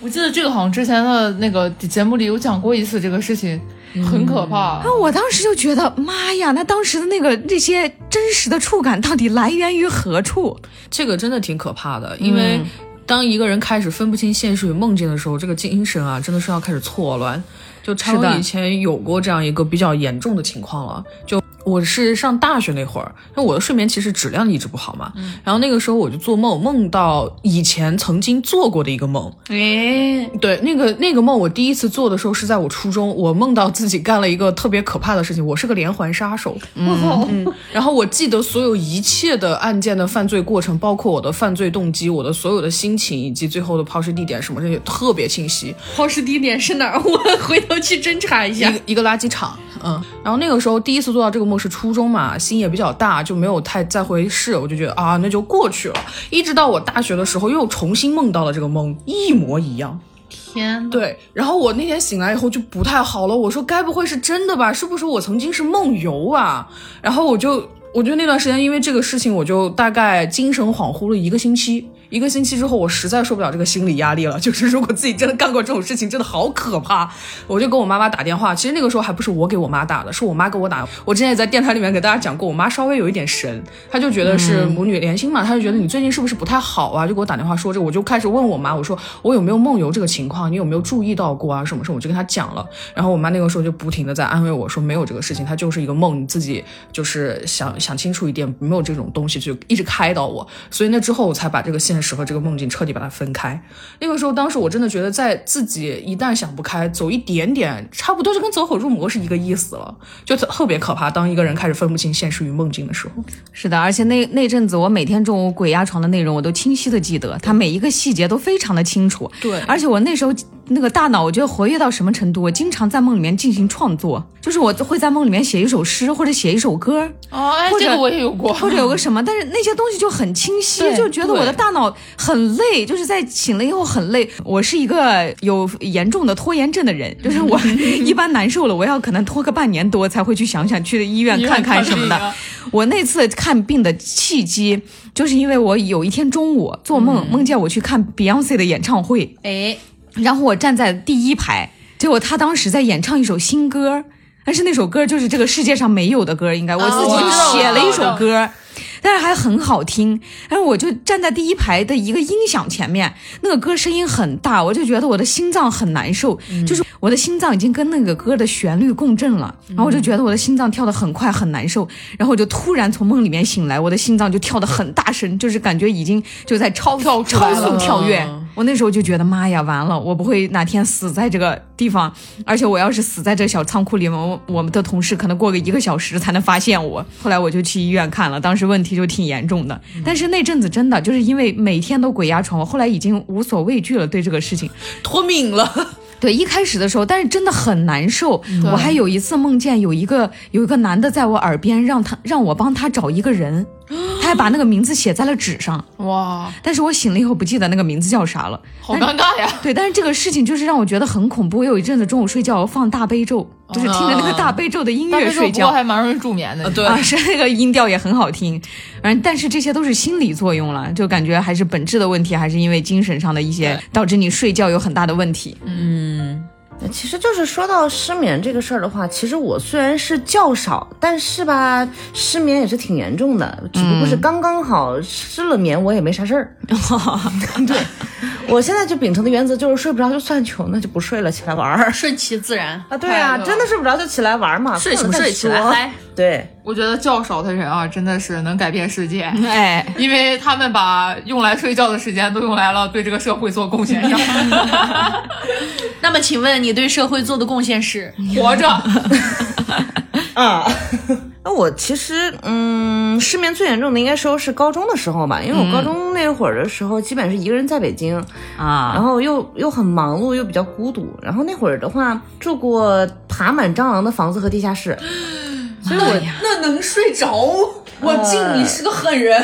S4: 我记得这个好像之前的那个节目里有讲过一次这个事情，很可怕。
S2: 然后我当时就觉得，妈呀，那当时的那个那些真实的触感到底来源于何处？
S5: 这个真的挺可怕的，因为当一个人开始分不清现实与梦境的时候，这个精神啊，真的是要开始错乱。就超
S2: 是的
S5: 以前有过这样一个比较严重的情况了，就我是上大学那会儿，那我的睡眠其实质量一直不好嘛。然后那个时候我就做梦，梦到以前曾经做过的一个梦。
S1: 哎，
S5: 对，那个那个梦，我第一次做的时候是在我初中，我梦到自己干了一个特别可怕的事情，我是个连环杀手。嗯，然后我记得所有一切的案件的犯罪过程，包括我的犯罪动机、我的所有的心情以及最后的抛尸地点什么这些特别清晰。
S1: 抛尸地点是哪儿？我回头去侦查一
S5: 一
S1: 下。
S5: 个一个垃圾场，嗯，然后那个时候第一次做到这个梦是初中嘛，心也比较大，就没有太再回事，我就觉得啊，那就过去了。一直到我大学的时候，又重新梦到了这个梦，一模一样。
S1: 天哪！
S5: 对，然后我那天醒来以后就不太好了，我说该不会是真的吧？是不是我曾经是梦游啊？然后我就，我就那段时间因为这个事情，我就大概精神恍惚了一个星期。一个星期之后，我实在受不了这个心理压力了。就是如果自己真的干过这种事情，真的好可怕。我就给我妈妈打电话，其实那个时候还不是我给我妈打的，是我妈给我打的。我之前也在电台里面给大家讲过，我妈稍微有一点神，她就觉得是母女连心嘛，她就觉得你最近是不是不太好啊，就给我打电话说这个，我就开始问我妈，我说我有没有梦游这个情况，你有没有注意到过啊，什么什么，我就跟她讲了。然后我妈那个时候就不停的在安慰我说没有这个事情，她就是一个梦，你自己就是想想清楚一点，没有这种东西，就一直开导我。所以那之后我才把这个现实和这个梦境彻底把它分开。那个时候，当时我真的觉得，在自己一旦想不开，走一点点，差不多就跟走火入魔是一个意思了，就特别可怕。当一个人开始分不清现实与梦境的时候，
S2: 是的，而且那那阵子我每天中午鬼压床的内容我都清晰的记得，它每一个细节都非常的清楚。
S5: 对
S2: 而且我那时候那个大脑，我觉得活跃到什么程度，我经常在梦里面进行创作，就是我会在梦里面写一首诗或者写一首歌，
S4: 哦，哎，
S2: 或者
S4: 这个我也有过。
S2: 或者有个什么，但是那些东西就很清晰，
S5: 对
S2: 就觉得我的大脑很累，就是在醒了以后很累。我是一个有严重的拖延症 的人，就是我一般难受了，我要可能拖个半年多才会去想想去医 院
S4: 医院
S2: 看
S4: 看
S2: 什么
S4: 病
S2: 的
S4: 啊。
S2: 我那次看病的契机，就是因为我有一天中午做梦，梦见我去看 Beyonce 的演唱会。
S1: 哎，
S2: 然后我站在第一排，结果他当时在演唱一首新歌，但是那首歌就是这个世界上没有的歌，应该我自
S4: 啊我知道
S2: 己写了一首
S4: 我知
S2: 歌。但是还很好听，但是我就站在第一排的一个音响前面，那个歌声音很大，我就觉得我的心脏很难受，
S4: 嗯
S2: 就是我的心脏已经跟那个歌的旋律共振了，
S4: 嗯
S2: 然后我就觉得我的心脏跳得很快，很难受，然后我就突然从梦里面醒来，我的心脏就跳得很大声，就是感觉已经就在超
S4: 跳出来
S2: 超
S4: 了
S2: 速跳跃，我那时候就觉得妈呀，完了，我不会哪天死在这个地方，而且我要是死在这小仓库里面，我我们的同事可能过个一个小时才能发现我。后来我就去医院看了，当时问题就挺严重的，但是那阵子真的就是因为每天都鬼压床，我后来已经无所畏惧了对这个事情。
S5: 脱敏了。
S2: 对，一开始的时候，但是真的很难受。我还有一次梦见有一个有一个男的在我耳边让他让我帮他找一个 人，他还把那个名字写在了纸上，
S4: 哇，
S2: 但是我醒了以后不记得那个名字叫啥了。
S4: 好尴尬呀！
S2: 对，但是这个事情就是让我觉得很恐怖。我有一阵子中午睡觉我放大悲咒，就是听着那个嗯大悲咒的音
S4: 但
S2: 乐
S4: 是
S2: 睡
S4: 不过
S2: 觉。
S4: 还蛮容易助眠的。
S5: 对
S2: 啊，是那个音调也很好听，嗯，但是这些都是心理作用了，就感觉还是本质的问题，还是因为精神上的一些导致你睡觉有很大的问题。
S6: 其实就是说到失眠这个事儿的话，其实我虽然是较少，但是吧，失眠也是挺严重的，只不过是刚刚好失了眠，我也没啥 事儿。对，我现在就秉承的原则就是睡不着就算球，那就不睡了，起来玩儿
S1: 顺其自然。
S6: 啊。对啊，真的睡不着就起来玩儿嘛，
S3: 睡什么
S6: 困了再
S3: 睡起来
S6: 说
S3: 嗨
S6: 对，
S4: 我觉得较少的人啊，真的是能改变世界。
S2: 哎，
S4: 因为他们把用来睡觉的时间都用来了对这个社会做 贡献上，
S1: 那么，请问你对社会做的贡献是？
S4: 活着。
S6: 啊。 那我其实，嗯，失眠最严重的应该说是高中的时候吧，因为
S3: 嗯
S6: 我高中那会儿的时候，基本是一个人在北京，然
S2: 啊，
S6: 后又又很忙碌，又比较孤独。然后那会儿的话，住过爬满蟑螂的房子和地下室，所以我
S5: 那能睡着？我
S1: 呃
S5: 敬你是个狠人。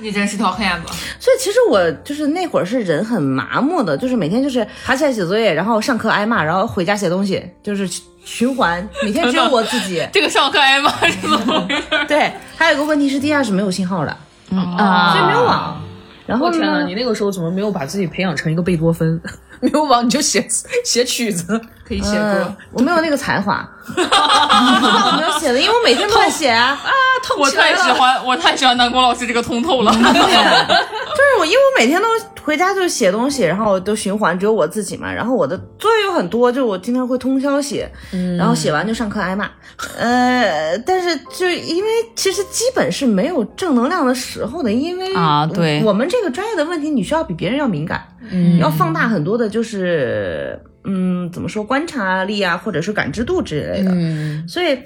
S4: 你真是条黑暗吧？。
S6: 所以其实我就是那会儿是人很麻木的，就是每天就是爬起来写作业，然后上课挨骂，然后回家写东西，就是循环，每天只有我自己
S4: 这个上课挨骂是怎么 回事？
S6: 对，还有一个问题是地下室没有信号的，
S5: 哦
S2: 啊
S6: 所以没有网。然后
S5: 我天哪！
S6: 呢
S5: 你？那个时候怎么没有把自己培养成一个贝多芬？ 没有网你就写写曲
S6: 呃
S5: 子，可以写
S6: 嗯，我没有那个才华，我没有写的，因为我每天都在写啊，啊，
S3: 痛
S4: 我
S3: 起来
S4: 太
S3: 了。
S4: 喜欢，我太喜欢南宫老师这个通透 了。
S6: 就是我，因为我每天都回家就写东西，然后我都循环，只有我自己嘛。然后我的作业有很多，就我经常会通宵写，然后写完就上课挨骂。呃，但是就因为其实基本是没有正能量的时候的，因为
S2: 啊对
S6: 我们这个专业的问题，你需要比别人要敏感，嗯，要放大很多的，就是嗯，怎么说观察力啊，或者是感知度之类的，
S5: 嗯，
S6: 所以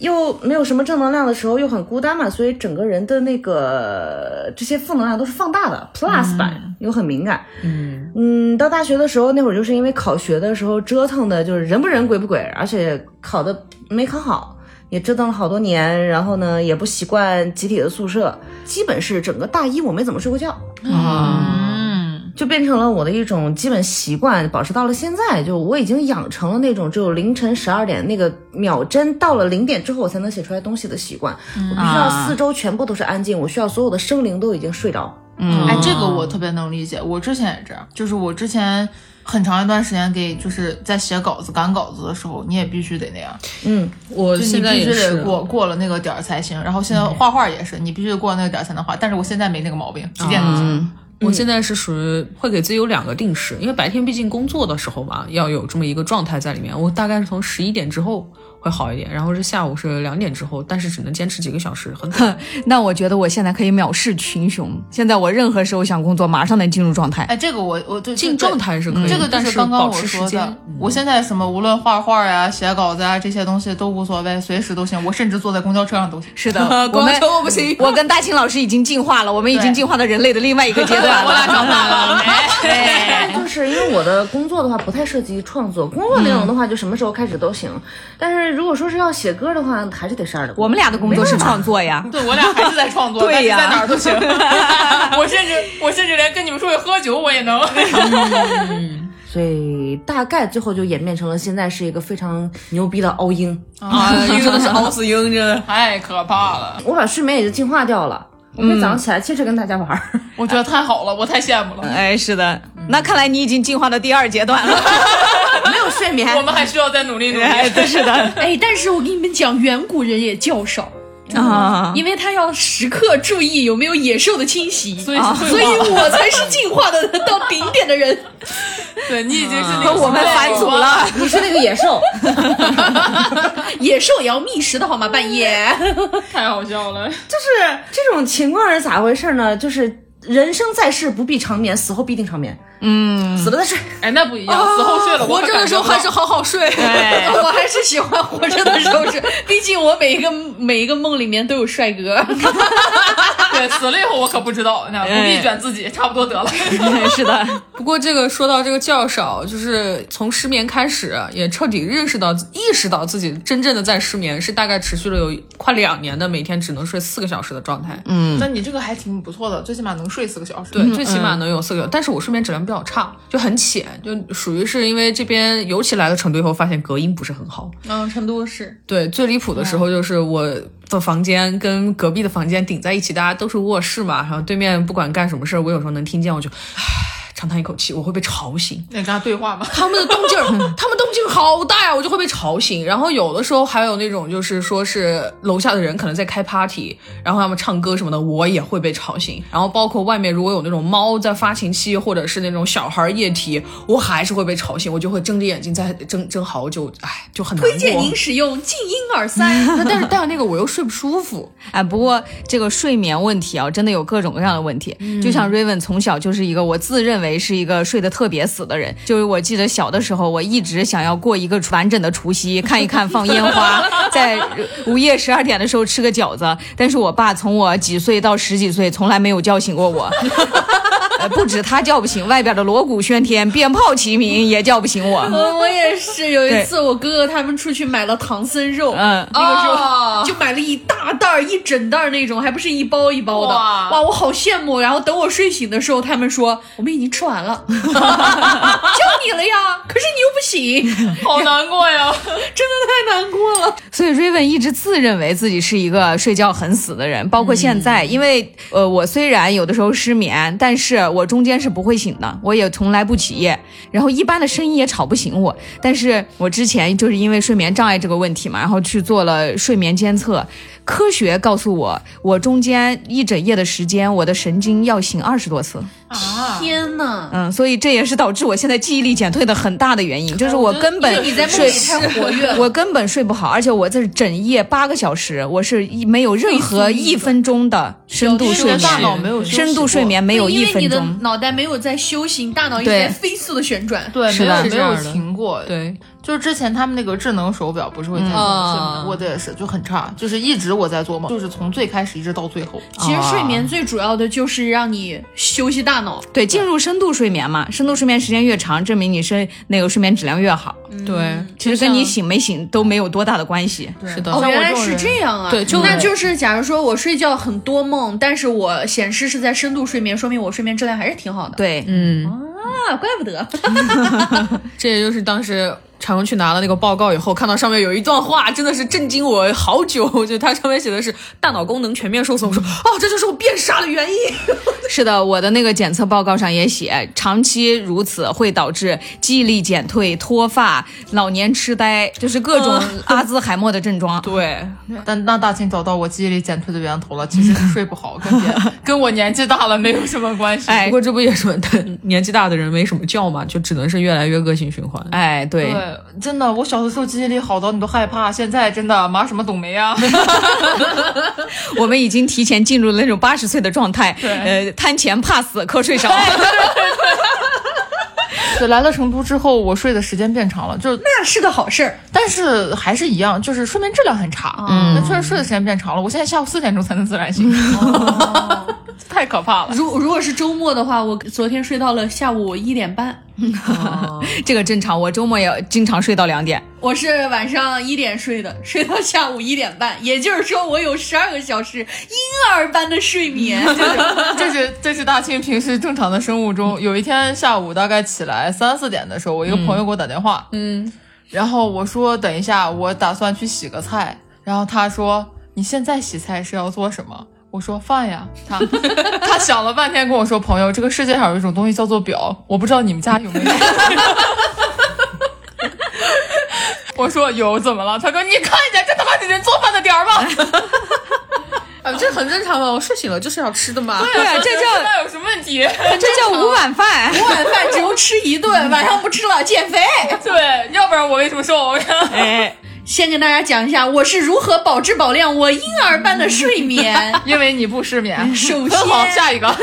S6: 又没有什么正能量的时候，又很孤单嘛，所以整个人的那个这些负能量都是放大的，plus 版、又很敏感。嗯到大学的时候那会儿，就是因为考学的时候折腾的，就是人不人鬼不鬼，而且考的没考好。也折腾了好多年，然后呢，也不习惯集体的宿舍，基本是整个大一我没怎么睡过觉，
S4: 嗯，
S6: 就变成了我的一种基本习惯，保持到了现在。就我已经养成了那种只有凌晨十二点那个秒针到了零点之后，我才能写出来东西的习惯。我必须要
S2: 啊
S6: 四周全部都是安静，我需要所有的生灵都已经睡着。
S2: 嗯
S4: 哎，这个我特别能理解，我之前也这样，就是我之前很长一段时间给就是在写稿子、赶稿子的时候，你也必须得那样，
S6: 嗯，
S5: 我
S4: 就你
S5: 呃现在
S4: 必
S5: 也
S4: 须
S5: 是啊嗯
S4: 得过过了那个点儿才行。然后现在画画也是，你必须得过了那个点儿才能画，但是我现在没那个毛病，几点都
S5: 嗯
S4: 行。
S5: 我现在是属于会给自己有两个定时，因为白天毕竟工作的时候嘛，要有这么一个状态在里面。我大概是从十一点之后会好一点，然后是下午是两点之后，但是只能坚持几个小时， 很短。
S2: 那我觉得我现在可以藐视群雄，现在我任何时候想工作，马上能进入状态。
S4: 哎，这个我我对
S5: 进状。态是可以，
S4: 对这个就
S5: 但
S4: 刚刚
S5: 保
S4: 我
S5: 持时
S4: 说
S5: 间，
S4: 的，我现在什么无论画画呀、写稿子啊这些东西都无所谓，随时都行。我甚至坐在公交车上都行。
S2: 是的我们
S5: 光头我不行
S2: 我跟大清老师已经进化了，我们已经
S4: 对
S2: 进化到人类的另外一个阶 段了。
S4: 大了，
S2: 哎
S6: 就是因为我的工作的话不太涉及创作，工作内容
S2: 嗯
S6: 的话就什么时候开始都行。但是如果说是要写歌的话，还是得十二点。
S2: 我们俩的工作是创作呀，
S4: 对我俩还是在创 作，
S2: 对呀
S4: 但是在哪儿都行。 我甚至我甚至连跟你们出去喝酒我也能。
S6: 所以大概最后就演变成了现在是一个非常牛逼的 all in。
S5: 啊，真的是熬死鹰，真的。
S4: 太可怕了，
S6: 我把睡眠也就进化掉了。我
S2: 嗯
S6: 每天早上起来接着跟大家玩儿。
S4: 我觉得太好了，我太羡慕了。
S2: 哎，是的，那看来你已经进化到第二阶段了。
S6: 没有睡眠
S4: 我们还需要再努力努力。
S2: 哎，对，是的
S1: 哎，但是我跟你们讲，远古人也较少，
S4: 嗯
S2: 啊，
S1: 因为他要时刻注意有没有野兽的侵袭，所
S4: 以是退化
S1: 所以我才是进化的到顶点的人。
S4: 对你已经是
S5: 啊
S4: 那
S2: 和
S4: 个
S2: 我们返祖了。
S6: 你是那个野兽，
S1: 野兽也要觅食的好吗？半 夜，
S4: 太好笑了。
S6: 就是这种情况是咋回事呢？就是人生在世不必长眠，死后必定长眠。嗯，死了再睡。
S4: 哎，那不一样，死后睡了，
S5: 哦活着的时候还是好好睡。
S1: 我还是喜欢活着的时候是，毕竟我每一个每一个梦里面都有帅哥。
S4: 对死了以后我可不知道，那不必卷自己，差不多得了。
S2: 是的，
S5: 哎不过这个说到这个较少，就是从失眠开始，也彻底认识到意识到自己真正的在失眠，是大概持续了有快两年的每天只能睡四个小时的状态。
S4: 那你这个还挺不错的，最起码能睡四个小时。
S5: 嗯对，最起码能有四个，但是我睡眠质量比较差，就很浅，就属于是因为这边尤其来了成都以后，发现隔音不是很好。
S4: 嗯，成都是。
S5: 对，最离谱的时候就是我的房间跟隔壁的房间顶在一起，大家都是卧室嘛，然后对面不管干什么事儿，我有时候能听见，我就唉长叹一口气，我会被吵醒。
S4: 那跟他对话吧。
S5: 他们的动静儿， 他们动静好大呀，我就会被吵醒。然后有的时候还有那种就是说是楼下的人可能在开 party，然后他们唱歌什么的，我也会被吵醒。然后包括外面如果有那种猫在发情期，或者是那种小孩儿夜啼，我还是会被吵醒，我就会睁着眼睛再睁睁好久，哎，就很难过。
S1: 推 荐您使用静音耳塞。
S5: 那但是戴了那个我又睡不舒服，
S2: 哎，不过这个睡眠问题啊，真的有各种各样的问题。
S5: 嗯
S2: 就像 Raven 从小就是一个我自认为是一个睡得特别死的人，就是我记得小的时候，我一直想要过一个完整的除夕，看一看放烟花，在午夜十二点的时候吃个饺子。但是我爸从我几岁到十几岁，从来没有叫醒过我。 呃不止他叫不醒，外边的锣鼓喧天、鞭炮齐鸣也叫不醒我。
S1: 我我也是，有一
S2: 对
S1: 次我哥哥他们出去买了唐僧肉，
S2: 嗯
S1: 那个时候就买了一大袋儿、一整袋儿那种，还不是一包一包的，
S4: 哇
S1: 哇，我好羡慕。然后等我 睡醒的时候，他们说我们已经吃完了，叫你了呀，可是你醒，
S4: 好难过呀！
S2: 所以 Raven 一直自认为自己是一个睡觉很死的人，包括现在，因为呃，我虽然有的时候失眠，但是我中间是不会醒的，我也从来不起夜，然后一般的声音也吵不醒我。但是我之前就是因为睡眠障碍这个问题嘛，然后去做了睡眠监测，科学告诉我，我中间一整夜的时间，我的神经要醒二十多次。
S4: 啊，
S1: 天哪！
S2: 嗯，所以这也是导致我现在记忆力减退的很大的原因，就是我根本
S1: 哎你在梦
S2: 睡
S1: 里太活跃 了。
S2: 我根本睡不好，而且我这整夜八个小时，我是一没有任何一分钟的深度
S4: 因
S2: 睡
S4: 为大脑没
S2: 眠，
S4: 有休息
S2: 深度睡眠没有一
S1: 因为你
S2: 分
S1: 的
S2: 钟。
S1: 脑袋没有在休息，你大脑一直在飞速的旋转。
S4: 对，
S5: 是
S4: 没
S5: 的
S4: 有
S5: 是
S4: 没
S5: 这样
S4: 有
S5: 的
S4: 停过，
S5: 对，
S4: 就是之前他们那个智能手表不是会在
S2: 啊
S4: 我的也是就很差，就是一直我在做梦，就是从最开始一直到最后。
S1: 其实睡
S2: 哦
S1: 眠最主要的就是让你休息大脑。
S2: 对，进入深度睡眠嘛，深度睡眠时间越长，证明你是那个睡眠质量越好。
S5: 对，
S2: 其实跟你醒没醒都没有多大的关系。
S5: 是的
S1: 哦，，
S4: 像我
S1: 原来
S4: 这种
S1: 是
S4: 人
S1: 这样啊！
S5: 对就
S1: 那就是假如说我睡觉很多梦，但是我显示是在深度睡眠，说明我睡眠质量还是挺好的。
S2: 对，
S5: 嗯，
S1: 啊，怪不得。
S5: 这也就是当时。常荣去拿了那个报告以后，看到上面有一段话，真的是震惊我好久。就它上面写的是大脑功能全面受损，我说哦，这就是我变傻的原因。
S2: 是的，我的那个检测报告上也写，长期如此会导致记忆力减退、脱发、老年痴呆，就是各种阿兹海默的症状。
S5: 对，
S4: 但那大清找到我记忆力减退的源头了，其实是睡不好，跟别跟我年纪大了没有什么关系。
S2: 哎
S5: 不过这不也说年纪大的人没什么觉嘛，就只能是越来越恶性循环。
S2: 哎，对，
S4: 对，真的，我小的时候记忆力好到你都害怕，现在真的妈什么懂没啊？
S2: 我们已经提前进入了那种八十岁的状态，呃，贪钱怕死，瞌睡少。
S4: 对，来了成都之后，我睡的时间变长了，就是
S1: 那是个好事儿。
S4: 但是还是一样，就是睡眠质量很差。嗯，确实睡的时间变长了，我现在下午四点钟才能自然醒， 太可怕了。
S1: 如如果是周末的话，我昨天睡到了下午一点半，
S2: 这个正常，我周末也经常睡到两点。
S1: 我是晚上一点睡的，睡到下午一点半，也就是说我有十二个小时婴儿般的睡眠。
S4: 这是这是大庆平时正常的生物钟。有一天下午大概起来三四点的时候，我一个朋友给我打电话，嗯，然后我说等一下，我打算去洗个菜，然后他说你现在洗菜是要做什么？我说饭呀，他他想了半天跟我说，朋友，这个世界上有一种东西叫做表，我不知道你们家有没 有。我说有怎么了？他说你看一下，这他妈你人做饭的点儿吗？
S5: 啊，这很正常嘛，我睡醒了就是要吃的嘛。
S2: 对啊，这叫
S4: 那有什么问题？
S2: 这叫午晚饭。
S1: 晚饭只用吃一顿，晚上不吃了减肥。
S4: 对，要不然我为什么瘦？。
S2: 哎，
S1: 先跟大家讲一下我是如何保质保量我婴儿般的睡眠
S4: 因为你不失眠。
S1: 首先，
S4: 很好，下一个。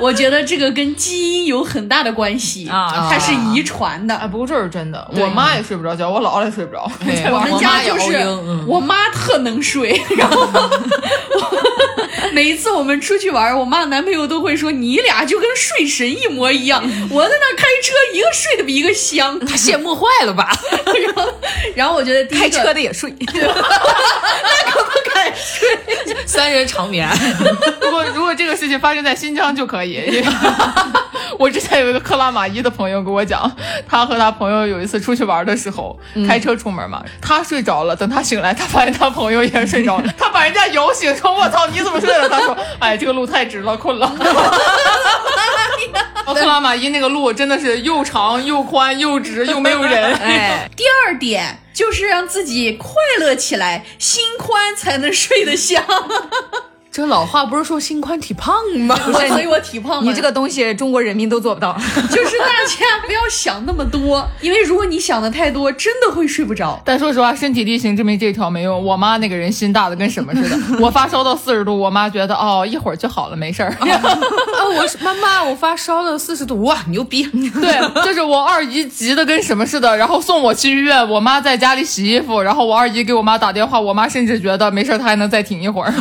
S1: 我觉得这个跟基因有很大的关系
S2: 啊
S1: 它是遗传的。
S4: 哎，不过这是真的，我妈也睡不着觉，我姥姥也睡不着。对
S1: 我
S4: 吧
S1: 们家就是
S2: 嗯
S1: 我妈特能睡，然后 我每一次我们出去玩，我妈男朋友都会说你俩就跟睡神一模一样。
S2: 嗯
S1: 我在那开车，一个睡得比一个 香，
S2: 他羡慕坏了 吧？
S1: 然后然后我觉得第一
S2: 开
S1: 个
S2: 车的也睡，
S5: 三人长眠，
S4: 不过如果这个事情发生在新疆就可以。 因为我之前有一个克拉玛依的朋友跟我讲，他和他朋友有一次出去玩的时候，开车出门嘛，他睡着了，等他醒来，他发现他朋友也睡着了，他把人家摇醒，说：“我操，你怎么睡了？”他说：“哎，这个路太直了，困 了。” 然后克拉玛依那个路真的是又长又宽又直又没有人，
S2: 哎，
S1: 第二点就是让自己快乐起来，心宽才能睡得香。
S5: 这老话不是说心宽体胖吗？
S1: 不 是，所以我体胖嘛。
S2: 你这个东西中国人民都做不到。
S1: 就是大家不要想那么多，因为如果你想的太多，真的会睡不着。
S4: 但说实话，身体力行证明这一条没用。我妈那个人心大的跟什么似 的，我发烧到四十度，我妈觉得哦一会儿就好了，没事儿。
S1: 哦
S5: 啊， 我是妈妈，我发烧了四十度，哇，牛逼！
S4: 对，就是我二姨急的跟什么似的，然后送我去医院，我妈在家里洗衣服，然后我二姨给我妈打电话，我妈甚至觉得没事儿，她还能再挺一会儿，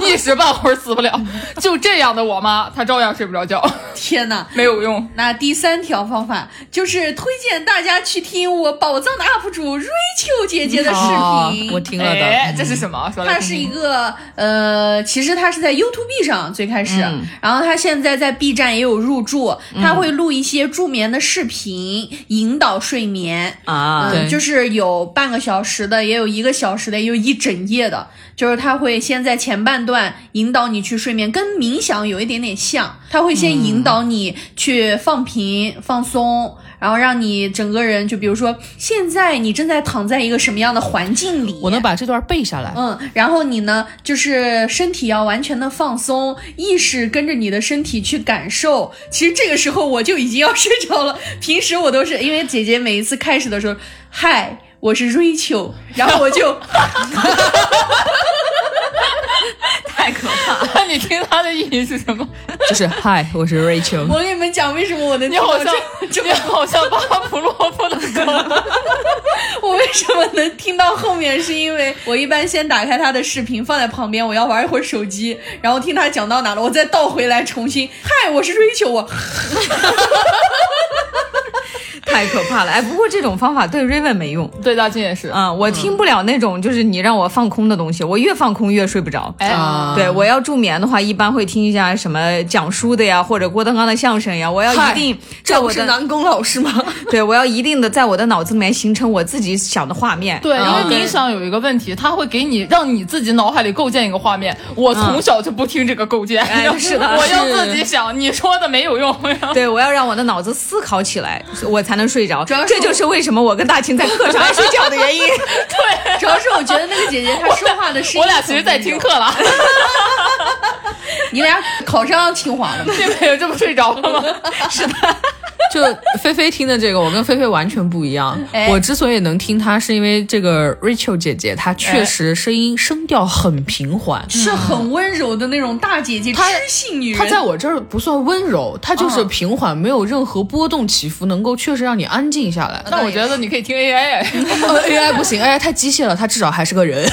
S4: 一时 半会儿死 不了。就这样的我妈，她照样睡不着觉，
S1: 天哪！
S4: 没有用。
S1: 那第三条方法就是推荐大家去听我宝藏的 UP 主 Rachel 姐姐的视
S2: 啊
S1: 频。
S2: 我听了的。
S4: 哎，这是什么？说来
S1: 他
S4: 听
S1: 是
S4: 听
S1: 一个呃，其实他是在 YouTube 上最开始，
S2: 嗯
S1: 然后他现在在 B 站也有入驻，他会录一些助眠的视频，引导睡眠。
S2: 啊，
S1: 嗯，就是有半个小时的，也有一个小时的，也有一整夜的。就是他会先在前半段引导你去睡眠，跟冥想有一点点像，他会先引导你去放平、放松。然后让你整个人，就比如说，现在你正在躺在一个什么样的环境里？
S5: 我能把这段背下来。
S1: 嗯，然后你呢，就是身体要完全的放松，意识跟着你的身体去感受。其实这个时候我就已经要睡着了。平时我都是因为姐姐每一次开始的时候， 嗨，我是 Rachel，然后我就
S2: 太可怕了。
S4: 那你听他的意义是什么？
S5: 就是嗨，我是 Rachel。
S1: 我跟你们讲为什么我能
S4: 你
S1: 听到
S4: 好
S1: 这
S4: 像，你好像巴甫洛夫的歌。
S1: 我为什么能听到后面？是因为我一般先打开他的视频放在旁边，我要玩一会儿手机，然后听他讲到哪了，我再倒回来重新。嗨，我是 Rachel，我
S2: 太可怕了！哎，不过这种方法对 Raven 没用
S4: 对，大庆也是。
S2: 啊、我听不了那种就是你让我放空的东西，我越放空越睡不着。啊
S4: 哎，
S2: 对，我要助眠的话，一般会听一下什么讲书的呀，或者郭德纲的相声呀。我要一定在我的
S3: 南宫老师吗？
S2: 对，我要一定的在我的脑子里面形成我自己想的画面。
S4: 对，因
S2: 然后
S4: 为冥想有一个问题，它会给你让你自己脑海里构建一个画面。我从小就不听这个构建，
S2: 哎是的
S4: 我要
S5: 是
S4: 自己想。你说的没有用，
S2: 对，我要让我的脑子思考起来，我才能睡着。
S1: 要是
S2: 这就是为什么我跟大庆在课上爱 睡觉的原因。
S1: 主要是我觉得那个姐姐她说话的声音
S4: 我俩其实在听课了，
S1: 你俩考上清华了吗？
S4: 并没有这么睡着了吗？
S5: 就菲菲听的这个，我跟菲菲完全不一样。
S1: 哎
S5: 我之所以能听她，是因为这个 Rachel 姐姐她确实声音声调很平缓。
S4: 嗯
S1: 是很温柔的那种大姐姐，知性女人。
S5: 嗯她在我这儿不算温柔，她
S4: 嗯
S5: 就是平缓，没有任何波动起伏，能够确实让你安静下来。
S4: 但我觉得你可以听啊 AI，
S5: 呃 AI 不行，AI 太机械了，她至少还是个 人。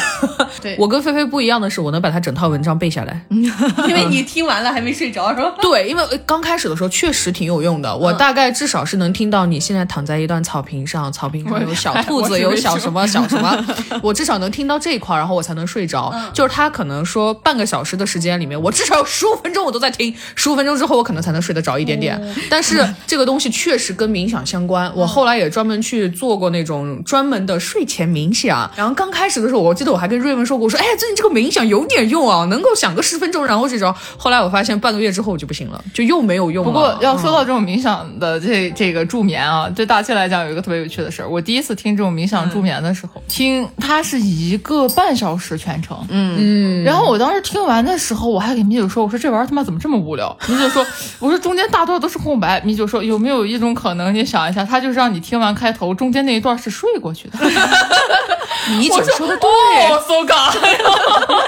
S1: 对
S5: 我跟菲菲不一样的是，我能把她整套文章背下来。
S1: 因
S5: 嗯
S1: 为你听完了还没睡着，是吧？
S5: 对，因为呃刚开始的时候确实挺有用的，我
S4: 嗯
S5: 大概至少是能听到你现在躺在一段草坪上，草坪上有小兔
S4: 我
S5: 子，
S4: 以为
S5: 有小
S4: 是
S5: 什么小什么， 我至少能听到这一块儿，然后我才能睡着。
S4: 嗯
S5: 就是他可能说半个小时的时间里面，我至少有十五分钟我都在听，十五分钟之后我可能才能睡得着一点点。但是这个东西确实跟冥想相关，我后来也专门去做过那种专门的睡前冥想。然后刚开始的时候，我记得我还跟瑞文说过，我说哎，最近这个冥想有点用啊，能够想个十分钟然后睡着。后来我发现半个月之后我就不行了，就又没有用了。啊
S4: 不过要说到这种冥想的这这个助眠啊，对大庆来讲有一个特别有趣的事儿。我第一次听这种冥想助眠的时候，听它是一个半小时全程，嗯嗯。然后我当时听完的时候，我还给米九说：“我说这玩意儿他妈怎么这么无聊？”米九说：“我说中间大段都是空白。”米九说：“有没有一种可能，你想一下，他就是让你听完开头，中间那一段是睡过去的。”
S5: 你
S4: 我
S5: 总说的对，
S4: 哦，so god！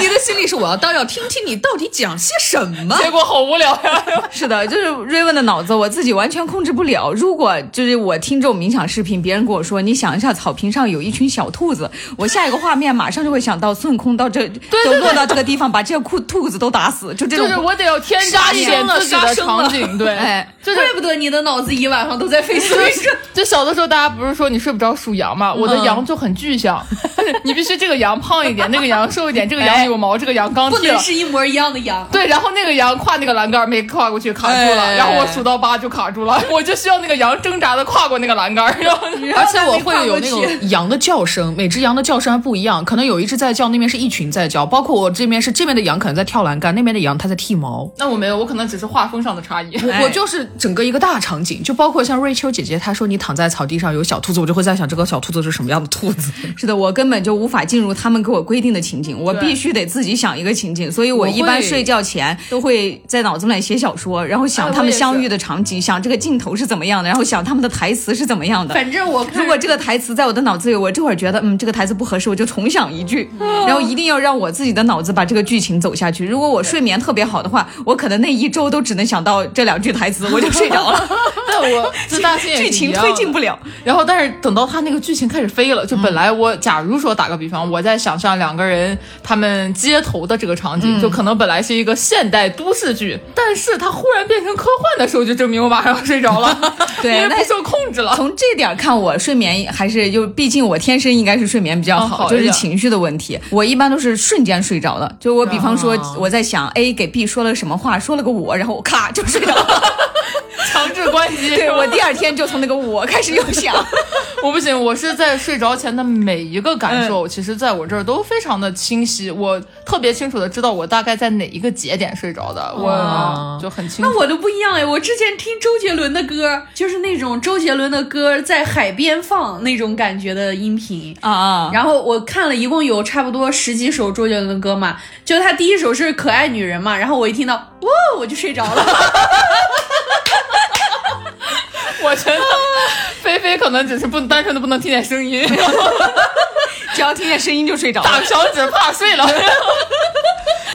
S5: 你的心里是我要倒要听听你到底讲些什么。
S4: 结果好无聊呀。
S2: 是的，就是 Raven 的脑子，我自己完全控制不了。如果就是我听这种冥想视频，别人跟我说，你想一下，草坪上有一群小兔子，我下一个画面马上就会想到孙悟空到这，就落到这个地方，把这个兔兔子都打死，就这
S4: 就
S2: 种。
S4: 是我得要添加一点自己的场景， 对，
S2: 哎
S4: 就是
S1: 怪不得你的脑子一晚上都在飞思维 上。
S4: 就小的时候，大家不是说你睡不着属羊嘛？我的羊就很具象，就是你必须这个羊胖一点，那个羊瘦一点，这个羊有毛，这个羊刚
S1: 不
S4: 剃了
S1: 能。是一模一样的 羊。
S4: 对，然后那个羊跨那个栏杆没跨过去，卡住了。
S5: 哎
S4: 然后我数到八就卡住了，我就需要那个羊挣扎的跨过那个栏杆，然后
S5: 而且我会有
S1: 你让它没跨过
S5: 那
S1: 去
S5: 种羊的叫声，每只羊的叫声还不一样，可能有一只在叫，那边是一群在叫，包括我这边是这边的羊可能在跳栏杆，那边的羊它在剃毛。
S4: 那我没有，我可能只是画风上的差异。
S5: 我我就是整个一个大场景，就包括像瑞秋姐姐她说你躺在草地上有小兔子，我就会在想这个小兔子是什么样的兔子。
S2: 是的，我根本就无法进入他们给我规定的情景，我
S4: 对
S2: 必须得自己想一个情景，所以我一般
S5: 我会
S2: 睡觉前都会在脑子里写小说，然后想他
S4: 哎我也
S2: 们
S4: 是
S2: 相遇的场景，想这个镜头是怎么样的，然后想他们的台词是怎么样的。
S1: 反正我看
S2: 如果这个台词在我的脑子里，我这会儿觉得嗯这个台词不合适，我就重想一句，
S4: 啊
S2: 然后一定要让我自己的脑子把这个剧情走下 去。如果我睡眠特别好的话，我可能那一周都只能想到这两句台词，我就睡着了。
S4: 但我这大兴也是
S2: 剧情
S4: 一样
S2: 推
S4: 的
S2: 进不了。
S4: 然后，但是等到他那个剧情开始飞了，就本来我假如说打个比方，我在想象两个人他们街头的这个场景，就可能本来是一个现代都市剧，但是它忽然变成科幻的时候，就证明我马上要睡着了，
S2: 对
S4: 因为
S2: 那
S4: 不受控制了。
S2: 从这点儿看，我睡眠还是就，毕竟我天生应该是睡眠比较
S4: 哦
S2: 好，
S4: 好一
S2: 就
S4: 点
S2: 是情绪的问题。我一般都是瞬间睡着的，就我比方说
S5: 哦
S2: 我在想 A 给 B 说了什么话，说了个我，然后我咔就睡着 了。
S4: 强制关机。
S2: 对我第二天就从那个我开始又想，
S4: 我不行，我是在睡着前的每一个感受，其实在我这儿都非常的清晰，我特别清楚的知道我大概在哪一个节点睡着的，我
S5: 哇
S4: 就很清楚。
S1: 那我都不一样哎，我之前听周杰伦的歌，就是那种周杰伦的歌在海边放那种感觉的音频。
S2: 啊啊，
S1: 然后我看了一共有差不多十几首周杰伦的歌嘛，就他第一首是《可爱女人》嘛，然后我一听到哇，我就睡着了。
S4: 我觉得 菲菲可能只是不单纯的不能听见声音，
S2: 只要听见声音就睡着
S4: 打
S2: 了。
S4: 个响指怕睡 了。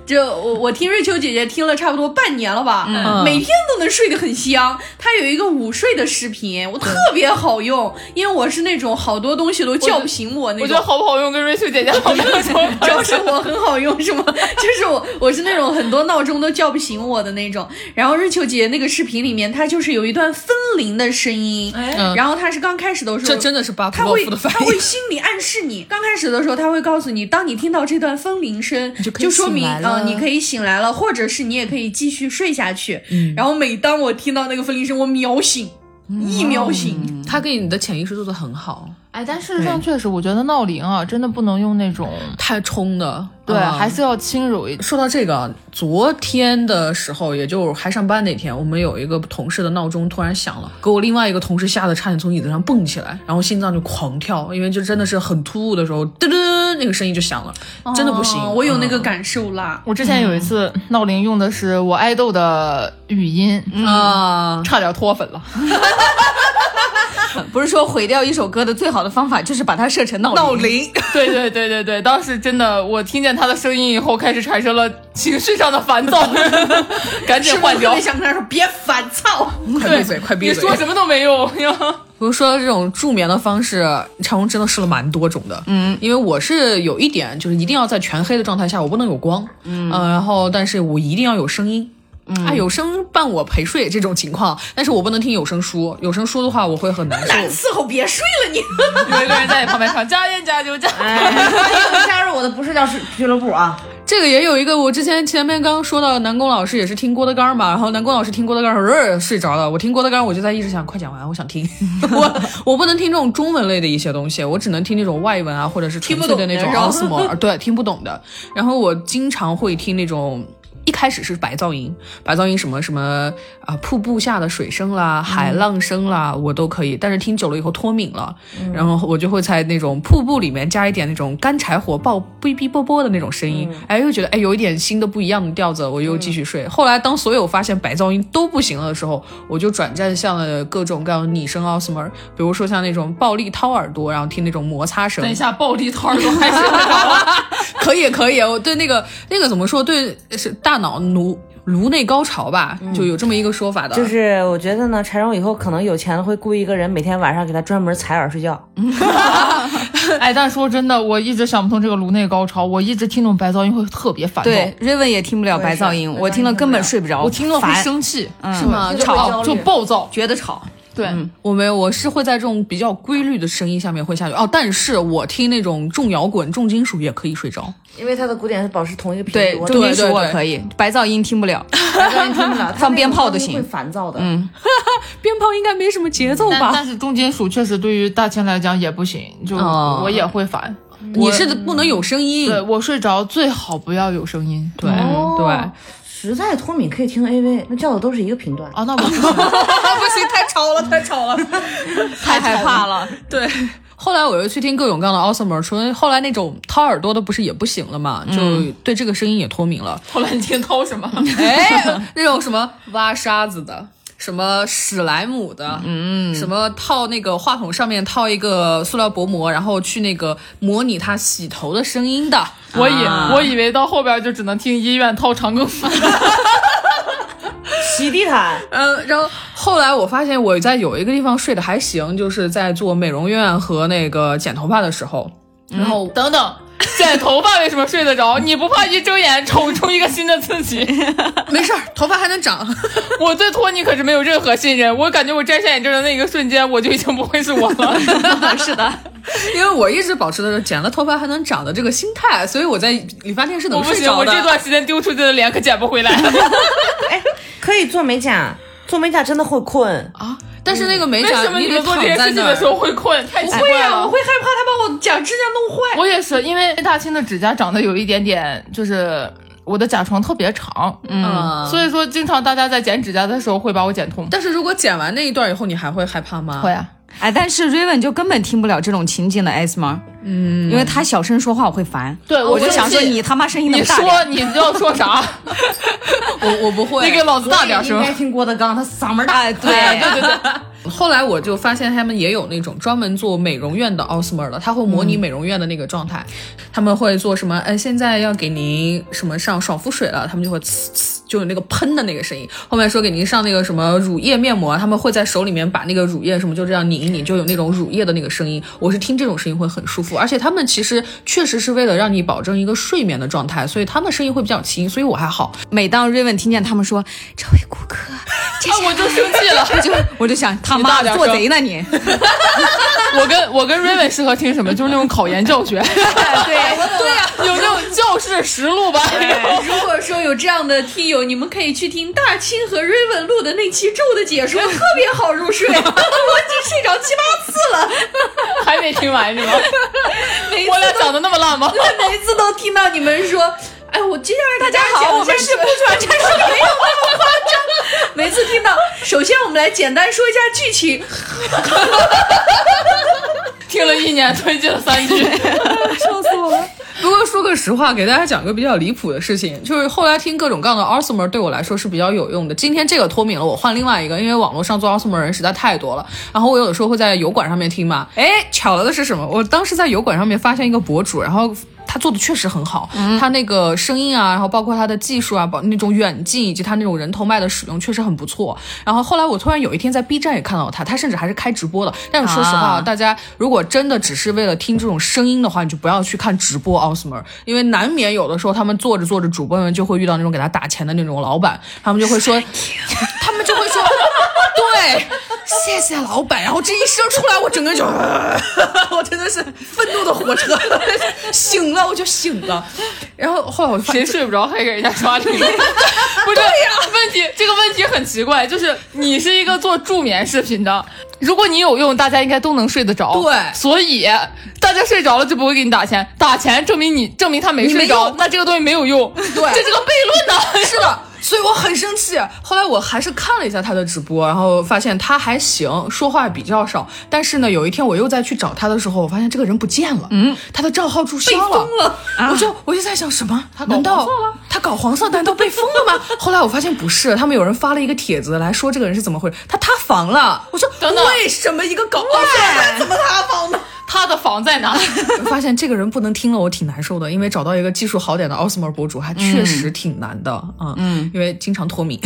S1: 就我我听瑞秋姐姐听了差不多半年了吧，每天都能睡得很香。她有一个午睡的视频，我特别好用，因为我是那种好多东西都叫不醒我那
S4: 我
S1: 种。
S4: 觉得好不好用跟瑞秋姐 姐好没有什么
S1: 主
S4: 关
S1: 要
S4: 系。
S1: 是我很好用是吗？ 就是我我是那种很多闹钟都叫不醒我的那种。然后瑞秋姐那个视频里面，她就是有一段分灵的声音，然后她是刚开始的时
S5: 这
S1: 候。
S5: 真的是巴甫
S1: 她
S5: 洛
S1: 会
S5: 夫的，反
S1: 她
S5: 应
S1: 会。心里暗示你。刚开始的时候，她会告诉你，当你听到这段风铃声，就
S5: 就可以
S1: 说明，
S5: 醒来
S1: 嗯、
S5: 了
S1: 你可以醒来了，或者是你也可以继续睡下去。
S5: 嗯
S1: 然后每当我听到那个风铃声，我秒醒，一秒醒。
S5: 他给你的潜意识做的很好，
S4: 哎，但事实上确实，我觉得闹铃啊，真的不能用那种，
S5: 太冲的，
S4: 对，
S5: 嗯
S4: 还是要轻柔一点。
S5: 说到这个，昨天的时候，也就还上班那天，我们有一个同事的闹钟突然响了，给我另外一个同事吓得差点从椅子上蹦起来，然后心脏就狂跳，因为就真的是很突兀的时候，噔噔，那个声音就响了，真的不行。
S1: 哦我有那个
S5: 嗯
S1: 感受啦。
S4: 我之前有一次闹铃用的是我爱豆的语音，
S5: 啊，
S4: 差点脱粉了。
S2: 不是说毁掉一首歌的最好的方法就是把它设成闹闹铃。
S4: 对对对对对，当时真的，我听见他的声音以后，开始产生了情绪上的烦 躁，赶紧换
S1: 特
S4: 掉
S1: 别。想跟她说别烦躁。
S5: 快闭嘴，快闭
S4: 你
S5: 嘴！
S4: 说什么都没用 呀。
S5: 不是说到这种助眠的方式，长虹真的试了蛮多种的。嗯，因为我是有一点，就是一定要在全黑的状态下，我不能有光。嗯、然后但是我一定要有声音。嗯、啊，有声伴我陪睡这种情况，但是我不能听有声书。有声书的话，我会很难受。
S1: 伺候别睡了你。
S4: 有一个人在你旁边唱加烟加酒加。
S6: 哎加入我的不睡觉俱乐部啊！
S5: 这个也有一个，我之前前面刚刚说到南宫老师也是听郭德纲嘛，然后南宫老师听郭德纲的时候、呃睡着了，我听郭德纲我就在一直想快讲完，我想 听，我我不能听这种中文类的一些东西，我只能听那种外文啊，或者是纯粹的那种
S1: 听不懂的
S5: osmo，对，听不懂的。然后我经常会听那种。一开始是白噪音，白噪音什么什么啊、瀑布下的水声啦、海浪声啦，我都可以。但是听久了以后脱敏了，然后我就会在那种瀑布里面加一点那种干柴火爆哔哔啵啵的那种声音，哎，又觉得哎有一点新的不一样的调子，我又继续睡。后来当所有发现白噪音都不行了的时候，我就转战向了各种各样的拟声奥斯门，比如说像那种暴力掏耳朵，然后听那种摩擦声
S4: 等一，下，暴力掏耳朵还是不着了。
S5: 可以可以，我对那个那个怎么说，对是大脑颅颅内高潮吧，就有这么一个说法的，
S6: 就是我觉得呢，柴荣以后可能有钱了会雇一个人，每天晚上给他专门采耳睡觉。
S4: 哎，但说真的，我一直想不通这个颅内高潮，我一直听那种白噪音会特别烦躁，
S2: 对，瑞文也听不了白噪音，我听了根本睡不着，
S4: 我听了会
S2: 烦，
S4: 生气，
S2: 是
S5: 吗
S4: 就
S5: 就会
S4: 吵就暴躁。
S2: 觉得吵。
S4: 对，
S5: 我没有，我是会在这种比较规律的声音下面会下去哦。但是我听那种重摇滚、重金属也可以睡着。
S6: 因为他的鼓点是保持同一个频
S2: 对，
S6: 率，我
S2: 重金
S5: 对
S2: 属
S5: 对
S2: 我
S5: 对
S2: 可以，白噪音听不了。
S6: 白噪音听不了，他
S2: 放
S6: 那
S2: 鞭
S6: 个
S2: 炮
S6: 声
S2: 都
S6: 音
S2: 行
S6: 会烦躁的。
S5: 鞭炮应该没什么节奏
S4: 但
S5: 吧
S4: 但？是重金属确实对于大清来讲也不行，就
S5: 哦
S4: 我也会烦。
S5: 你是不能有声音。
S4: 对我睡着最好不要有声音。
S5: 对、
S6: 哦
S5: 嗯对，
S6: 实在脱敏可以听 AV，那叫的都是一个频段。
S4: 啊，那我 不
S5: 不行，太吵了，太吵 了，太害怕了。对。后来我又去听各种各样的 awesome，除了后来那种掏耳朵的不是也不行了嘛，就对这个声音也脱敏了。
S4: 嗯后来你听掏什么？
S5: 哎，那种什么挖沙子的，什么史莱姆的，嗯，什么套那个话筒上面套一个塑料薄膜，然后去那个模拟它洗头的声音的。 啊
S4: 我以我以为到后边就只能听医院掏肠梗。
S6: 洗地毯，
S5: 呃，然后后来我发现我在有一个地方睡得还行，就是在做美容院和那个剪头发的时候，然后
S4: 等等，剪头发为什么睡得着？你不怕一睁眼瞅出一个新的自 己？
S5: 没事儿，头发还能 长。
S4: 我对托尼可是没有任何信任，我感觉我摘下眼镜的那一个瞬间，我就已经不会是我 了。
S2: 是的，
S5: 因为我一直保持着剪了头发还能长的这个心态，所以我在理发店是
S4: 我
S5: 能
S4: 不
S5: 睡
S4: 行，
S5: 着
S4: 我
S5: 的。
S4: 这段时间丢出去的脸可捡不回来。
S6: 哎，可以做美甲，做美甲真的会困。
S5: 啊，但是那个美
S4: 为
S5: 甲，
S4: 什么
S5: 你
S4: 哎
S5: 得
S4: 你们做
S5: 躺
S4: 这件
S5: 在
S4: 事情
S5: 那
S4: 的时
S5: 儿。
S4: 候会啊困？太奇怪了。
S1: 哎对呀、我会害怕他把我假指甲弄坏。
S4: 我也是，因为大清的指甲长得有一点点，就是我的甲床特别长，
S5: 嗯
S4: 所以说经常大家在剪指甲的时候会把我剪痛。
S5: 但是如果剪完那一段以后，你还会害怕吗？
S4: 会。啊，
S2: 哎，但是 Raven 就根本听不了这种情境的 S 吗？嗯，因为他小声说话我会烦。
S4: 对
S2: 我
S4: 我
S2: 就
S4: 生
S2: 想说
S4: 气
S2: 你他妈声音那
S4: 你
S2: 么大
S4: 说你要说 啥？
S5: 我我不会。
S4: 你给老子大点
S6: 应
S4: 声！
S6: 该听郭德纲，他嗓门大。
S2: 哎，对，
S5: 对对对。后来我就发现他们也有那种专门做美容院的奥斯 r 的，他会模拟美容院的那个状态，他们会做什么？哎，现在要给您什么上爽肤水了，他们就会呲呲，就有那个喷的那个声音。后面说给您上那个什么乳液面膜，他们会在手里面把那个乳液什么就这样拧一拧，就有那种乳液的那个声音。我是听这种声音会很舒服，而且他们其实确实是为了让你保证一个睡眠的状态，所以他们声音会比较轻，所以我还好。
S2: 每当 Raven 听见他们说这位顾客，这
S4: 啊，我就生气了。
S2: 我就我就想他
S4: 大
S2: 妈
S4: 点
S2: 的
S4: 声
S2: 做贼呢 你。
S4: 我跟我跟 Raven 适合听什么？就是那种考研教学，
S1: 对， 对呀、
S4: 有那种教室实录吧。
S1: 如果说有这样的听友，你们可以去听大清和 Raven 录的那期咒的解 说，特别好入睡。我 已经睡着七八次了，
S4: 还没听完是吗？
S1: 每
S4: 我
S1: 次
S4: 俩长得那么烂吗？
S1: 每次都听到你们说。哎，我接下 来大家好，我们是不转战术，没有那么夸张。 每次听到，首先我们来简单说一下剧情，
S4: 听了一年，推进了三句。
S5: 不过说个实话，给大家讲个比较离谱的事情，就是后来听各种各样的 Osmer 对我来说是比较有用的。今天这个脱敏了，我换另外一个，因为网络上做 Osmer 人实在太多了。然后我有的时候会在油管上面听嘛，哎，巧了的是什么？我当时在油管上面发现一个博主，然后。他做的确实很好，他那个声音啊，然后包括他的技术啊，包那种远近以及他那种人头麦的使用确实很不错。然后后来我突然有一天在 B 站也看到他，他甚至还是开直播的。但是说实话，
S2: 啊
S5: 大家如果真的只是为了听这种声音的话，你就不要去看直播 Osmer，因为难免有的时候他们做着做着，主播们就会遇到那种给他打钱的那种老板，他们就会说，他们就会说，对，谢谢老板。然后这一声出来，我整个就， 我真的是愤怒的火车， 醒了我就醒了。然后后来我就发
S4: 谁
S5: 现，
S4: 睡不着还给人家 刷屏？不是，问题这个问题很奇怪，就是你是一个做助眠视频的，如果你有用，大家应该都能睡得着。
S5: 对
S4: 所以大家睡着了就不会给你打钱，打钱证明你证明他没睡着，那这个东西没有用。
S5: 对
S4: 这是个悖论呢、
S5: 是的，所以我很生气。后来我还是看了一下他的直播，然后发现他还行，说话比较少。但是呢，有一天我又再去找他的时候，我发现这个人不见了，嗯，他的账号注销了，我就我就在想什么？难道他搞黄色？难道被封了 吗？后来我发现不是，他们有人发了一个帖子来说这个人是怎么回事，他塌房了。我说
S4: 等等
S5: 为什么一个搞黄色的人怎么塌房呢？
S4: 他的房在哪？
S5: 发现这个人不能听了，我挺难受的，因为找到一个技术好点的奥斯摩博主还确实挺难的啊，嗯，因为经常脱敏。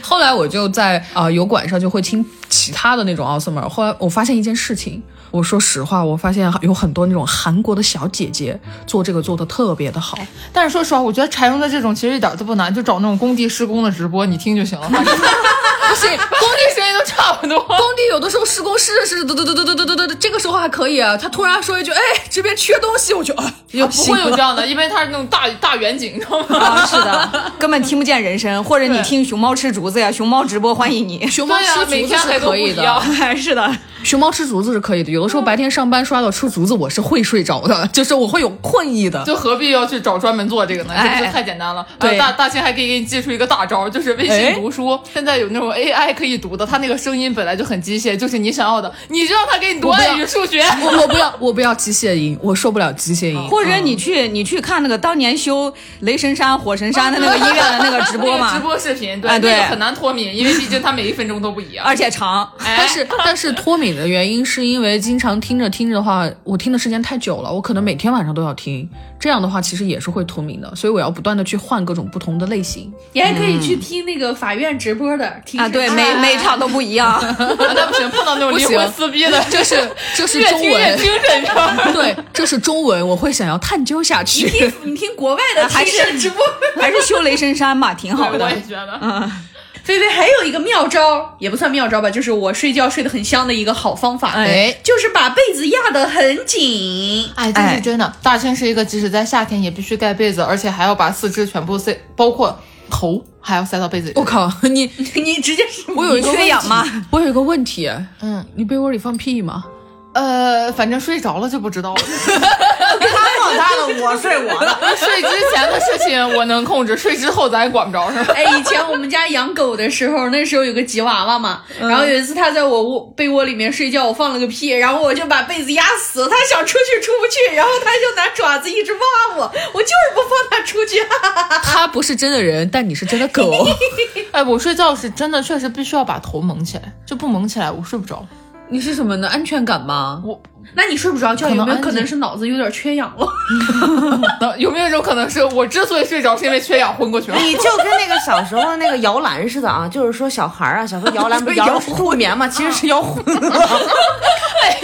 S5: 后来我就在啊、呃油管上就会听其他的那种奥斯摩，后来我发现一件事情。我说实话，我发现有很多那种韩国的小姐姐做这个做的特别的好，
S4: 但是说实话，我觉得柴荣的这种其实一点都不难，就找那种工地施工的直播你听就 行了。不行，工地声音都差不多。
S5: 工地有的时候施工试着试着，嘟嘟嘟嘟嘟嘟嘟嘟，这个时候还可以啊。他突然说一句：“哎，这边缺东西。”我就啊，
S4: 也不会有这样的，因为他是那种大大远景，你知道吗？
S2: 啊，是的，根本听不见人声，或者你
S4: 对
S2: 听熊猫吃竹子呀，熊猫直播欢迎 你。哎
S5: 熊猫
S4: 对呀
S5: 吃
S4: 每
S5: 竹子
S4: 天还
S5: 是
S4: 都不
S5: 可以
S4: 一
S5: 的，
S4: 样。
S2: 是的，
S4: 嗯
S5: 熊猫吃竹子是可以的，有的时候白天上班刷到吃竹子，我是会睡着的，就是我会有困意的。
S4: 就何必要去找专门做这个呢？这不是太简单了？
S5: 哎对哎
S4: 还有大大庆还可以给你寄出一个大招，就是微信读书，现在有那种 AI 可以读的，它那个声音本来就很机械，就是你想要的，你就让它给你读
S5: 我不要
S4: 爱语数学。
S5: 我我不要，我不要机械音，我受不了机械
S4: 哦
S5: 音。
S2: 或者你去你去看那个当年修雷神山、火神山的那个医院的那个直
S4: 那
S2: 播
S4: 个直
S2: 嘛，
S4: 播视频，对，
S2: 哎对
S5: 啊
S4: 那个很难脱敏，因为毕竟它每一分钟都不一样。
S2: 而且长。
S4: 哎
S5: 但是但是脱敏的原因是因为经常听着听着的话，我听的时间太久了，我可能每天晚上都要听，这样的话其实也是会脱敏的，所以我要不断的去换各种不同的类型。
S1: 你还可以去听那个法院直播的，听
S2: 啊，对，每每场都不 一样，
S4: 那不行，碰到那种
S5: 不
S4: 离
S5: 行
S4: 婚撕逼的，
S5: 就是这是
S4: 越
S5: 中
S4: 听越
S5: 文，
S4: 精神片儿。
S5: 对，这是中文，我会想要探究下
S1: 你
S5: 去。
S1: 听你听国外的
S2: 还
S1: 提
S2: 是
S1: 示直播。
S2: 还是修雷神山吧，挺好
S4: 我
S2: 的
S4: 也。觉
S5: 嗯
S4: 得，
S1: 菲菲还有一个妙招，也不算妙招吧，就是我睡觉睡得很香的一个好方法，
S4: 哎
S1: 就是把被子压得很紧。
S4: 哎，这是真的。大千是一个即使在夏天也必须盖被子，而且还要把四肢全部塞，包括头还要塞到被子里。
S5: 我靠，你
S1: 你直接是
S5: 我有一个
S2: 缺氧吗？
S5: 我有一个问题，
S4: 嗯，
S5: 你被窝里放屁吗？
S4: 呃，反正睡着了就不知道了。
S3: 他放他的，我睡我的。
S4: 睡之前的事情我能控制，睡之后咱也管不着，是吧？
S1: 哎，以前我们家养狗的时候，那时候有个吉娃娃嘛，
S5: 嗯
S1: 然后有一次它在我窝被窝里面睡觉，我放了个屁，然后我就把被子压死了，它想出去出不去，然后它就拿爪子一直挖我，我就是不放它出去。啊
S5: 他不是真的人，但你是真的狗。
S4: 哎，我睡觉是真的，确实必须要把头蒙起来，就不蒙起来我睡不着。
S5: 你 是什么呢？安全感吗？
S4: 我
S1: 那你睡不着觉，有没有
S4: 可能安静
S1: 可能是脑子有点缺氧了？
S4: 那有没有一种可能是我之所以睡着是因为缺氧昏过去了？
S6: 你就跟那个小时候那个摇篮似的啊，就是说小孩儿啊，小时候摇篮不 摇护眠嘛，其实是摇昏了。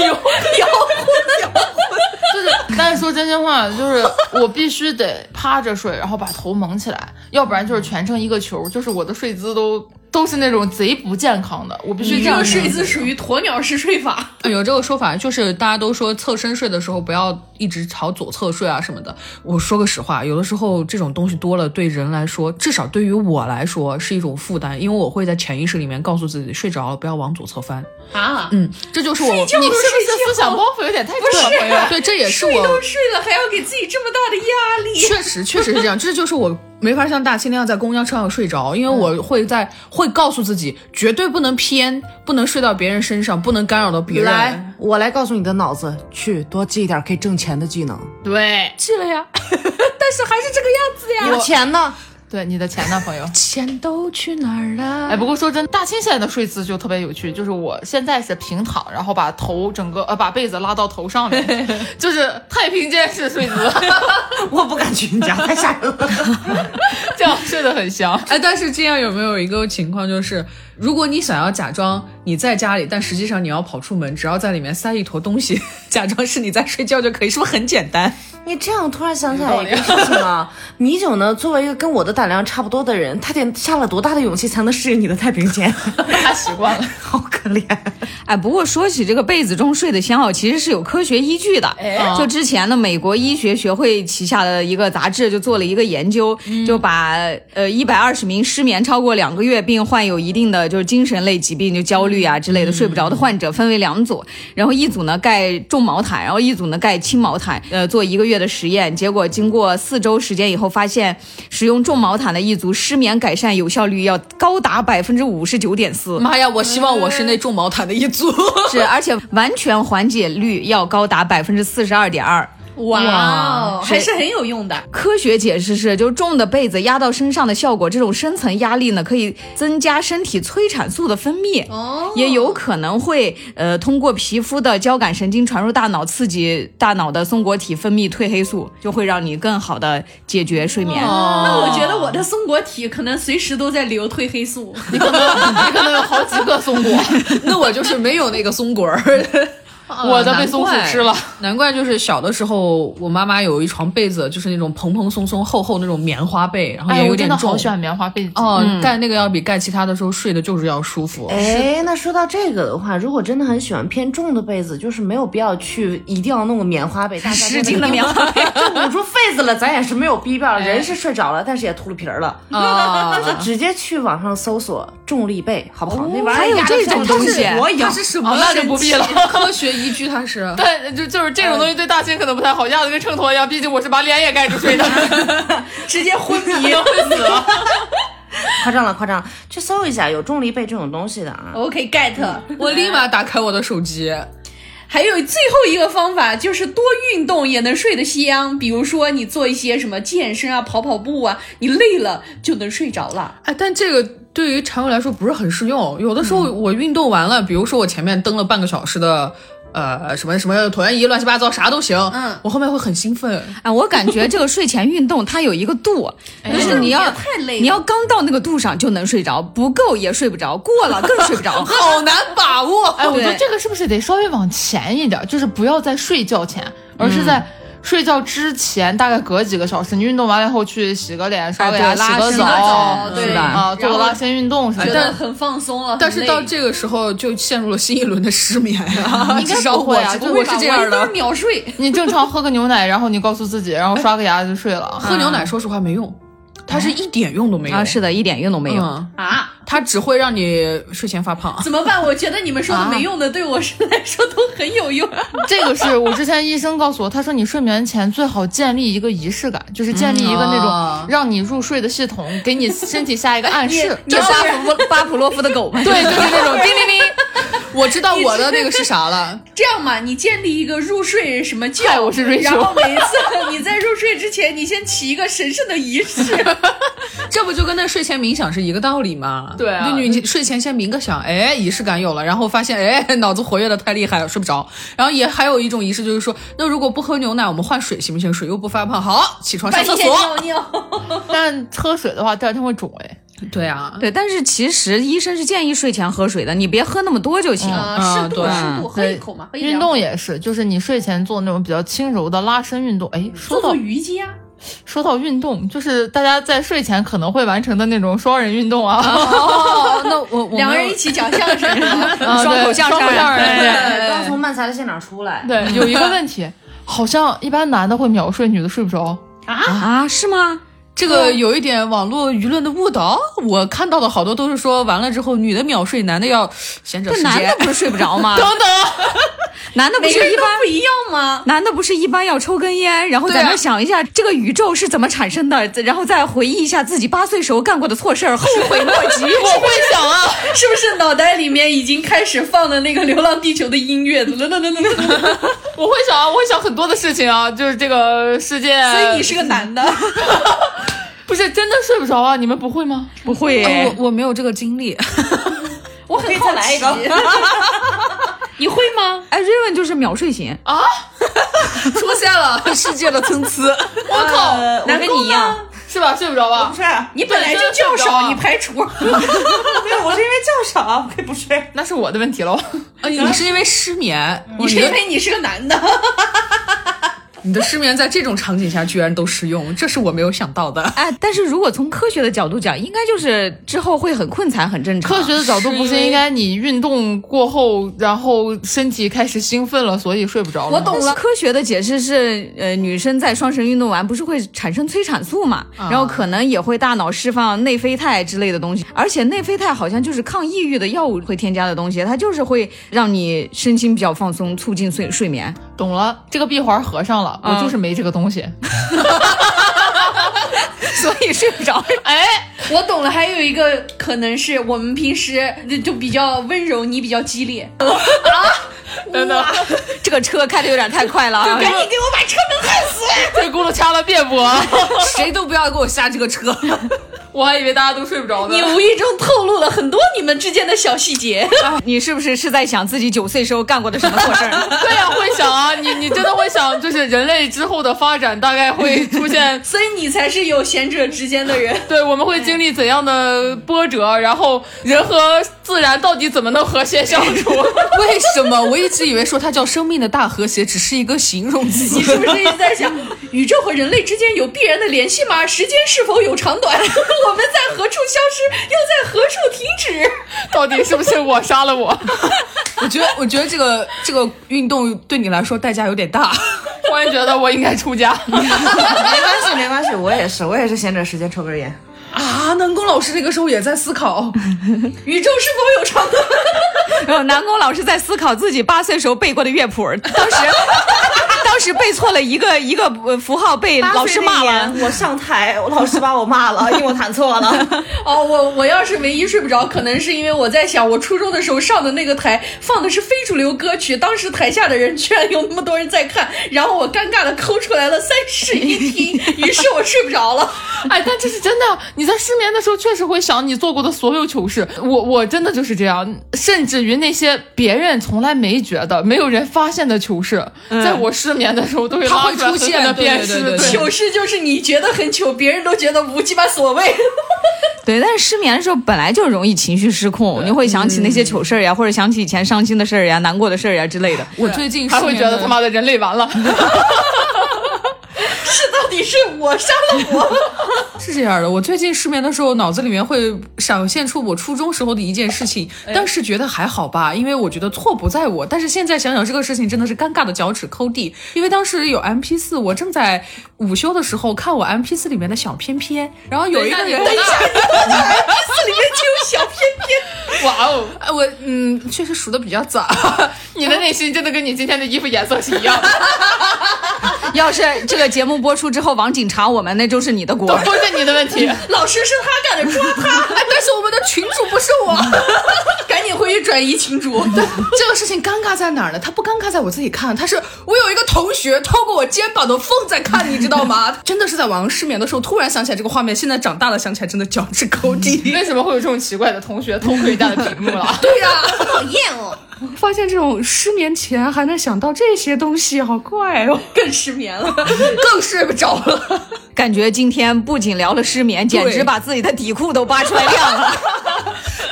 S4: 就是，但是说真心话，就是我必须得趴着睡，然后把头蒙起来，要不然就是全成一个球，就是我的睡姿都都是那种贼不健康的，我必须
S1: 你
S4: 这
S1: 这
S4: 样
S1: 个
S4: 子
S1: 睡姿属于鸵鸟式睡法。
S5: 有这个说法，就是大家都说侧身睡的时候不要一直朝左侧睡啊什么的。我说个实话，有的时候这种东西多了，对人来说，至少对于我来说是一种负担，因为我会在潜意识里面告诉自己，睡着了不要往左侧翻。
S1: 啊，
S5: 嗯，这就是我，
S1: 睡觉
S4: 你
S1: 都
S4: 是不
S1: 睡
S4: 是思想包袱有点太重了，朋 友？
S5: 对，这也 是
S1: 睡都
S5: 我。
S1: 睡了，还要给自己这么大的压力。
S5: 确实，确实是这样。这就是我没法像大清那样在公交车上睡着，因为我会在会告诉自己，绝对不能偏，不能睡到别人身上，不能干扰到别人。
S6: 来，我来告诉你的脑子，去多记一点可以挣钱的技能。
S4: 对
S5: 记了 呀，但是还是这个样子呀。
S6: 有钱呢，
S4: 对，你的钱呢，朋友？
S5: 钱都去哪儿了？
S4: 哎，不过说真，大清现在的睡姿就特别有趣，就是我现在是平躺，然后把头整个呃把被子拉到头 上面，就是太平间式睡姿，
S6: 我不敢去你家，太吓人了。
S4: 这样睡得很香。
S5: 哎，但是这样有没有一个情况，就是如果你想要假装你在家里，但实际上你要跑出门，只要在里面塞一坨东西，假装是你在睡觉就可以，是不是很简单？
S6: 你这样突然想起来一个事情 啊，米酒呢，作为一个跟我的胆量差不多的人，他得下了多大的勇气才能适应你的太平间？
S4: 他习惯了，
S6: 好可怜。
S2: 哎，不过说起这个被子中睡的香哦，其实是有科学依据的。就之前呢，美国医学学会旗下的一个杂志就做了一个研究，就把呃一百二十名失眠超过两个月并患有一定的就是精神类疾病，就焦虑啊之类的睡不着的患者分为两组，然后一组呢盖重毛毯，然后一组呢盖轻毛毯，呃，做一个月的实验，结果经过四周时间以后，发现使用重毛毯的一族失眠改善有效率要高达百分之五十九点四。
S5: 妈呀，我希望我是那种毛毯的一组。
S2: 是，而且完全缓解率要高达百分之四十二点二。
S1: 哇哦，还
S2: 谁
S1: 是很有用的。
S2: 科学解释是，就是重的被子压到身上的效果，这种深层压力呢，可以增加身体催产素的分泌，
S1: 哦
S2: 也有可能会呃通过皮肤的交感神经传入大脑，刺激大脑的松果体分泌褪黑素，就会让你更好的解决睡眠。
S1: 那我觉得我的松果体可能随时都在流褪黑素。
S4: 你可能你可能有好几个松果，
S5: 那我就是没有那个松 果儿。啊
S4: 我的被松鼠吃了。
S5: 难怪就是小的时候，我妈妈有一床被子，就是那种蓬蓬松松、厚厚那种棉花被，然后
S4: 哎，
S5: 也
S4: 我
S5: 有
S4: 真
S5: 点
S4: 的
S5: 重
S4: 好。喜欢棉花被子。
S5: 哦，盖那个要比盖其他的时候睡的就是要舒服。
S6: 哎，那说到这个的话，如果真的很喜欢偏重的被子，就是没有必要去一定要弄个棉花被，哎大家
S2: 湿巾的 棉花被，
S6: 就捂住痱子了，咱也是没有必 要。人是睡着了，但是也秃噜皮儿了，
S5: 啊
S6: 就直接去网上搜索重力被，好不好？那玩意儿
S2: 哦还有
S6: 压
S2: 这
S6: 得
S2: 种
S6: 像
S2: 东西
S6: 我有
S5: 它是什么
S4: 哦
S5: 神奇？
S4: 那就不必了
S5: 科学依据它是。
S4: 但就就是这种东西对大清可能不太好，压得跟秤砣一样，毕竟我是把脸也盖住 睡的，直接昏迷会死。
S6: 夸张了，夸张了，去搜一下有重力被这种东西的啊。
S1: OK get，、
S5: 我立马打开我的手机。
S1: 还有最后一个方法就是多运动也能睡得香，比如说你做一些什么健身啊、跑跑步啊，你累了就能睡着了。
S5: 哎，但这个对于常人来说不是很适用。有的时候
S4: 嗯
S5: 我运动完了，比如说我前面蹬了半个小时的。呃，什么什么椭圆仪，乱七八糟，啥都行。
S1: 嗯，
S5: 我后面会很兴奋。
S4: 哎
S2: 啊，我感觉这个睡前运动它有一个度，就是你要
S1: 哎也太累了
S2: 你要刚到那个度上就能睡着，不够也睡不着，过了更睡 不着，好难把握。
S4: 哎，我觉得
S2: 对
S4: 这个是不是得稍微往前一点，就是不要在睡觉前，而是在睡觉之前大概隔几个小时，你运动完了以后去洗个脸、刷个牙、
S2: 哎对
S4: 洗个
S2: 拉伸
S1: 个
S4: 澡
S1: 澡，对哎
S4: 嗯啊，做个拉伸运动什么
S1: 觉
S4: 的
S1: 得。很放松了。
S5: 哎但是到
S1: 很累
S5: 这个时候就陷入了新一轮的失眠啊，
S4: 应该
S5: 至少
S4: 不会啊
S5: 我
S4: 就
S5: 我
S4: 是
S5: 是这样
S1: 我一会
S5: 的
S1: 儿。秒睡，
S4: 你正常喝个牛奶，然后你告诉自己，然后刷个牙就睡了。
S5: 喝牛奶说实话没用，它
S4: 哎
S5: 是一点用都没有。
S2: 啊，是的，一点用都没有。
S5: 嗯
S1: 啊？
S5: 它只会让你睡前发胖。
S1: 怎么办？我觉得你们说的没用的，对我是来说都很有用。
S4: 这个是我之前医生告诉我，他说你睡眠前最好建立一个仪式感，就是建立一个那
S5: 哦
S4: 种让你入睡的系统，给你身体下一个暗示。
S2: 这是巴甫洛 巴甫洛夫的狗吗？
S5: 对，就是那种叮铃铃。我知道我的那个是啥了，
S1: 这样嘛，你建立一个入睡什么觉，
S4: 嗨我是 Rachel
S1: 然后每次你在入睡之前，你先起一个神圣的仪式，
S5: 这不就跟那睡前冥想是一个道理吗？
S4: 对啊
S5: 就你睡前先冥个想，哎，仪式感有了，然后发现哎，脑子活跃的太厉害了，睡不着。然后也还有一种仪式就是说，那如果不喝牛奶，我们换水行不行？水又不发胖，好，起床上
S1: 半夜
S5: 厕
S1: 尿
S5: 所。
S1: 尿。
S4: 但喝水的话，第二天会肿哎。
S5: 对啊，
S2: 对，但是其实医生是建议睡前喝水的，你别喝那么多就行。
S1: 啊，适度
S5: 对
S1: 适度，喝一口嘛，喝一两
S4: 运
S1: 口
S4: 动也是，就是你睡前做那种比较轻柔的拉伸运动。哎，
S1: 做
S4: 说到
S1: 做瑜伽。
S4: 说到运动，就是大家在睡前可能会完成的那种双人运动啊，
S2: 哦，那我我
S1: 两个人一起讲相 声是吧，
S4: 啊
S2: 嗯双口
S4: 对
S2: 相
S4: 双口
S2: 声
S4: 相声，对
S6: 对，刚从慢才的现场出来，
S4: 对，有一个问题，好像一般男的会秒睡，女的睡不着。
S2: 啊，是吗？
S5: 这个有一点网络舆论的误导，我看到的好多都是说完了之后，女的秒睡，男的要闲着
S2: 这
S5: 时
S2: 男
S5: 间
S2: 的。不是睡不着吗？
S5: 等等，
S2: 男的不
S1: 每
S2: 是
S1: 个人
S2: 一
S1: 都
S2: 般
S1: 不一样吗？
S2: 男的不是一般要抽根烟，然后在那儿想一下这个宇宙是怎么产生的，然后再回忆一下自己八岁时候干过的错事儿，后悔莫及。我会想啊，
S1: 是不是脑袋里面已经开始放的那个《流浪地球》的音乐？噔噔噔噔噔噔。
S4: 我会想啊，我会想很多的事情啊，就是这个世界。
S1: 所以你是个男 的，
S4: 不是真的睡不着啊？你们不会吗？哦
S2: 不会耶、
S5: 我我没有这个经 历，
S1: 我很好奇。你会吗？
S2: 哎，瑞文就是秒睡型，
S5: 出现了世界的参差。
S4: 我靠，
S6: 呃，我跟你一样，
S4: 是吧？睡不着吧
S6: 不？睡啊，
S1: 你本来就
S4: 对真
S1: 较
S4: 的是
S1: 少，
S4: 的
S1: 你排除。
S6: 没有，我是因为较少啊， 我可以不睡。
S4: 那是我的问题喽。
S5: 呃，你是因为失眠，
S4: 哦
S1: 你是因为你是个男的，
S5: 你的失眠在这种场景下居然都适用，这是我没有想到 的。
S2: 哎，但是如果从科学的角度讲，应该就是之后会很困才很正常。
S4: 科学的角度 不是应该你运动过后，然后身体开始兴奋了，所以睡不着了吗。
S2: 我懂了，科学的解释是，呃，女生在双神运动完不是会产生催产素嘛，然后可能也会大脑释放内啡肽之类的东西，而且内啡肽好像就是抗抑郁的药物会添加的东西，它就是会让你身心比较放松，促进睡睡眠。
S4: 懂了，这个闭环合上了，我就是没这个东西。
S2: 所以睡不着。
S4: 哎，
S1: 我懂了。还有一个可能是我们平时就就比较温柔，你比较激烈。
S4: 等等，
S2: 这个车开的有点太快了 啊！
S1: 你给我把车门焊死！
S4: 这轱辘掐了别播，
S5: 谁都不要给我下这个车。
S4: 我还以为大家都睡不着呢
S1: 你。无意中透露了很多你们之间的小细节。
S2: 你是不是是在想自己九岁时候干过的什么错事 儿？
S4: 对呀、会想啊， 你你真的会想，就是人类之后的发展大概会出现，
S1: 所以你才是有贤者之间的人。
S4: 对，我们会经历怎样的波折，然后人和自然到底怎么能和谐相 处？
S5: 为什么？我一直以为说它叫生命的大和谐，只是一个形容词
S1: 你。是不是一直在想， 宇宙和人类之间有必然的联系吗？时间是否有长短？ 我们在何处消失，又在何处停止？
S4: 到底是不是我杀了我？
S5: 我觉得，我觉得这个这个运动对你来说代价有点大。
S4: 我也觉得我应该 出家。
S6: 没关系，没关系，我也是，我也是闲着时间抽根烟。
S5: 啊，南宫老师那个时候也在思 考，
S1: 宇宙是否有长短？
S2: 然后南宫老师在思考自己八岁时候背过的乐谱，当时 当时背错了一个一个呃符号，被老师骂了。，
S6: 我上台，我老师把我骂了，因为我弹错 了。
S1: 哦，我我要是唯一睡不着，可能是因为我在想，我初中的时候上的那个台放的是非主流歌曲，当时台下的人居然有那么多人在看，然后我尴尬的抠出来了三室一厅，于是我睡不着了。
S4: 哎，但这是真的，你在失眠的时候确实会想你做过的所有糗事。我我真的就是这样，甚至于那些别人从来没觉得、没有人发现的糗事，在我失眠的时候都会
S5: 嗯它
S4: 拉
S5: 会
S4: 出来
S5: 出
S4: 狠
S5: 现
S4: 狠的
S5: 对
S4: 鞭
S5: 对
S4: 尸。
S5: 对对对
S1: 糗事就是你觉得很糗，别人都觉得无鸡巴所谓。
S2: 对，但是失眠的时候本来就容易情绪失控，你会想起那些糗事儿呀，或者想起以前伤心的事儿呀、难过的事儿呀之类的。
S5: 我最近
S4: 还
S5: 失
S4: 会
S5: 眠
S4: 觉得
S5: 的
S4: 他妈的人 类完了，
S1: 这到底是我伤了我？
S5: 是这样的，我最近失眠的时候，脑子里面会闪现出我初中时候的一件事情，当时觉得还好吧，因为我觉得错不在我，但是现在想想这个事情真的是尴尬的脚趾抠地，因为当时有 M P 四，我正在午休的时候看我 M P 四里面的小片片，然后有一个人，
S1: 这里面就有小片片。
S4: 哇哦！
S5: 哎我嗯，确实数的比较早，
S4: 你的内心真的跟你今天的衣服颜色是一 样的，
S2: 要是这个节目播出之后，王警察我们，那就是你的
S4: 都
S2: 锅。
S4: 都是你的问 题。
S1: 老师是他干的，抓他！
S5: 哎
S1: 但是我们的群主不是我，赶紧回去转移群主。
S5: 这个事情尴尬在哪儿呢？它不尴尬在我自己看，它是我有一个同学透过我肩膀的缝在看，你知道吗？ 真的是在晚上失眠的时候突然想起来这个画面，现在长大了想起来真的脚趾抠地。
S4: 为什么会有这种奇怪的同学偷窥大的屏幕了？
S5: 对呀、
S1: 讨厌哦，
S5: 发现这种失眠前还能想到这些东西，好怪哦，
S1: 更失眠了。
S5: 更睡不着了。
S2: 感觉今天不仅聊了失眠，简直把自己的底裤都扒出来晾了。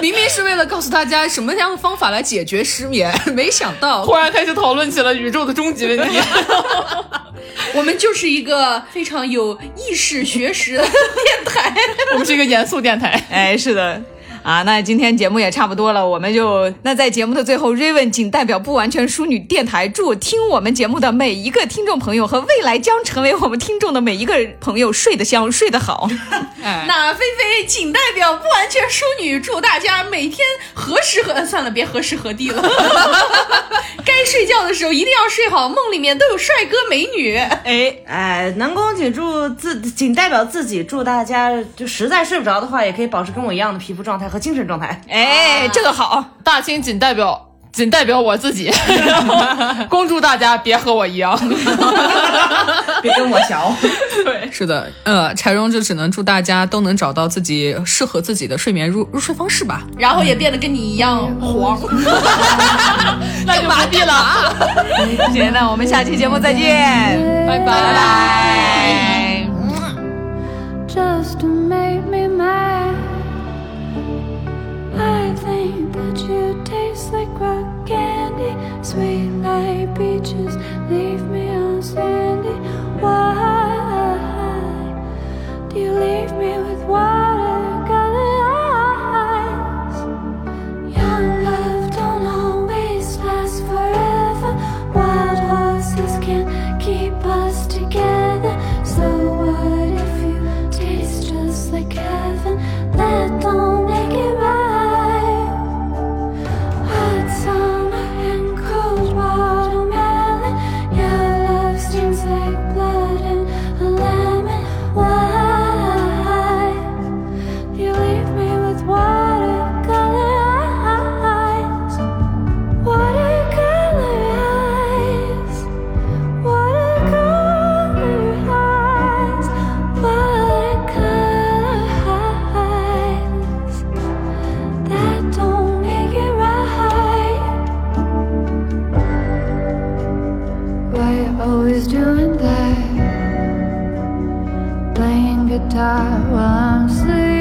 S5: 明明是为了告诉大家什么样的方法来解决失眠， 没想到
S4: 忽然开始讨论起了宇宙的终极问题。
S1: 我们就是一个非常有意识学识的电台。
S4: 我们是一个严肃电台，
S2: 哎，是的。啊，那今天节目也差不多了，我们就那在节目的最后，Raven 仅代表不完全淑女电台，祝听我们节目的每一个听众朋友和未来将成为我们听众的每一个朋友睡得香，睡得好。
S1: 那菲菲仅代表不完全淑女，祝大家每天何时何……算了，别何时何地了。 该睡觉的时候一定要睡好，梦里面都有帅哥美女。
S2: 哎，
S6: 哎，南宫仅祝自仅代表自己，祝大家就实在睡不着的话，也可以保持跟我一样的皮肤状态和精神状态。
S2: 哎，这 个好，
S4: 大清仅代表。仅代表我自己，然后恭祝大家别和我 一样。
S6: 别跟我学。
S5: 是的，呃，柴荣就只能祝大家都能找到自己适合自己的睡眠入入睡方式吧。
S1: 然后也变得跟你一样黄。
S4: 那就麻痹了，
S2: 行，那我们下期节目再见，
S4: 拜拜。
S2: 拜拜。
S9: just to make me mad. I think that you taste like rock candy, sweet like peaches, leave me on sandy. Why do you leave me with watercolor eyes? Young love don't always last forever. Wild horses can keep us together. So what if you taste just like heaven? That don't make it right. Hot summer and cold watermelon. Your love stings like blood and a lemon. Why? You leave me with watercolor eyes. Watercolor eyes. Watercolor eyes. Watercolor eyes. That don't make it right. Why you always doing that? Playing guitar while I'm sleeping.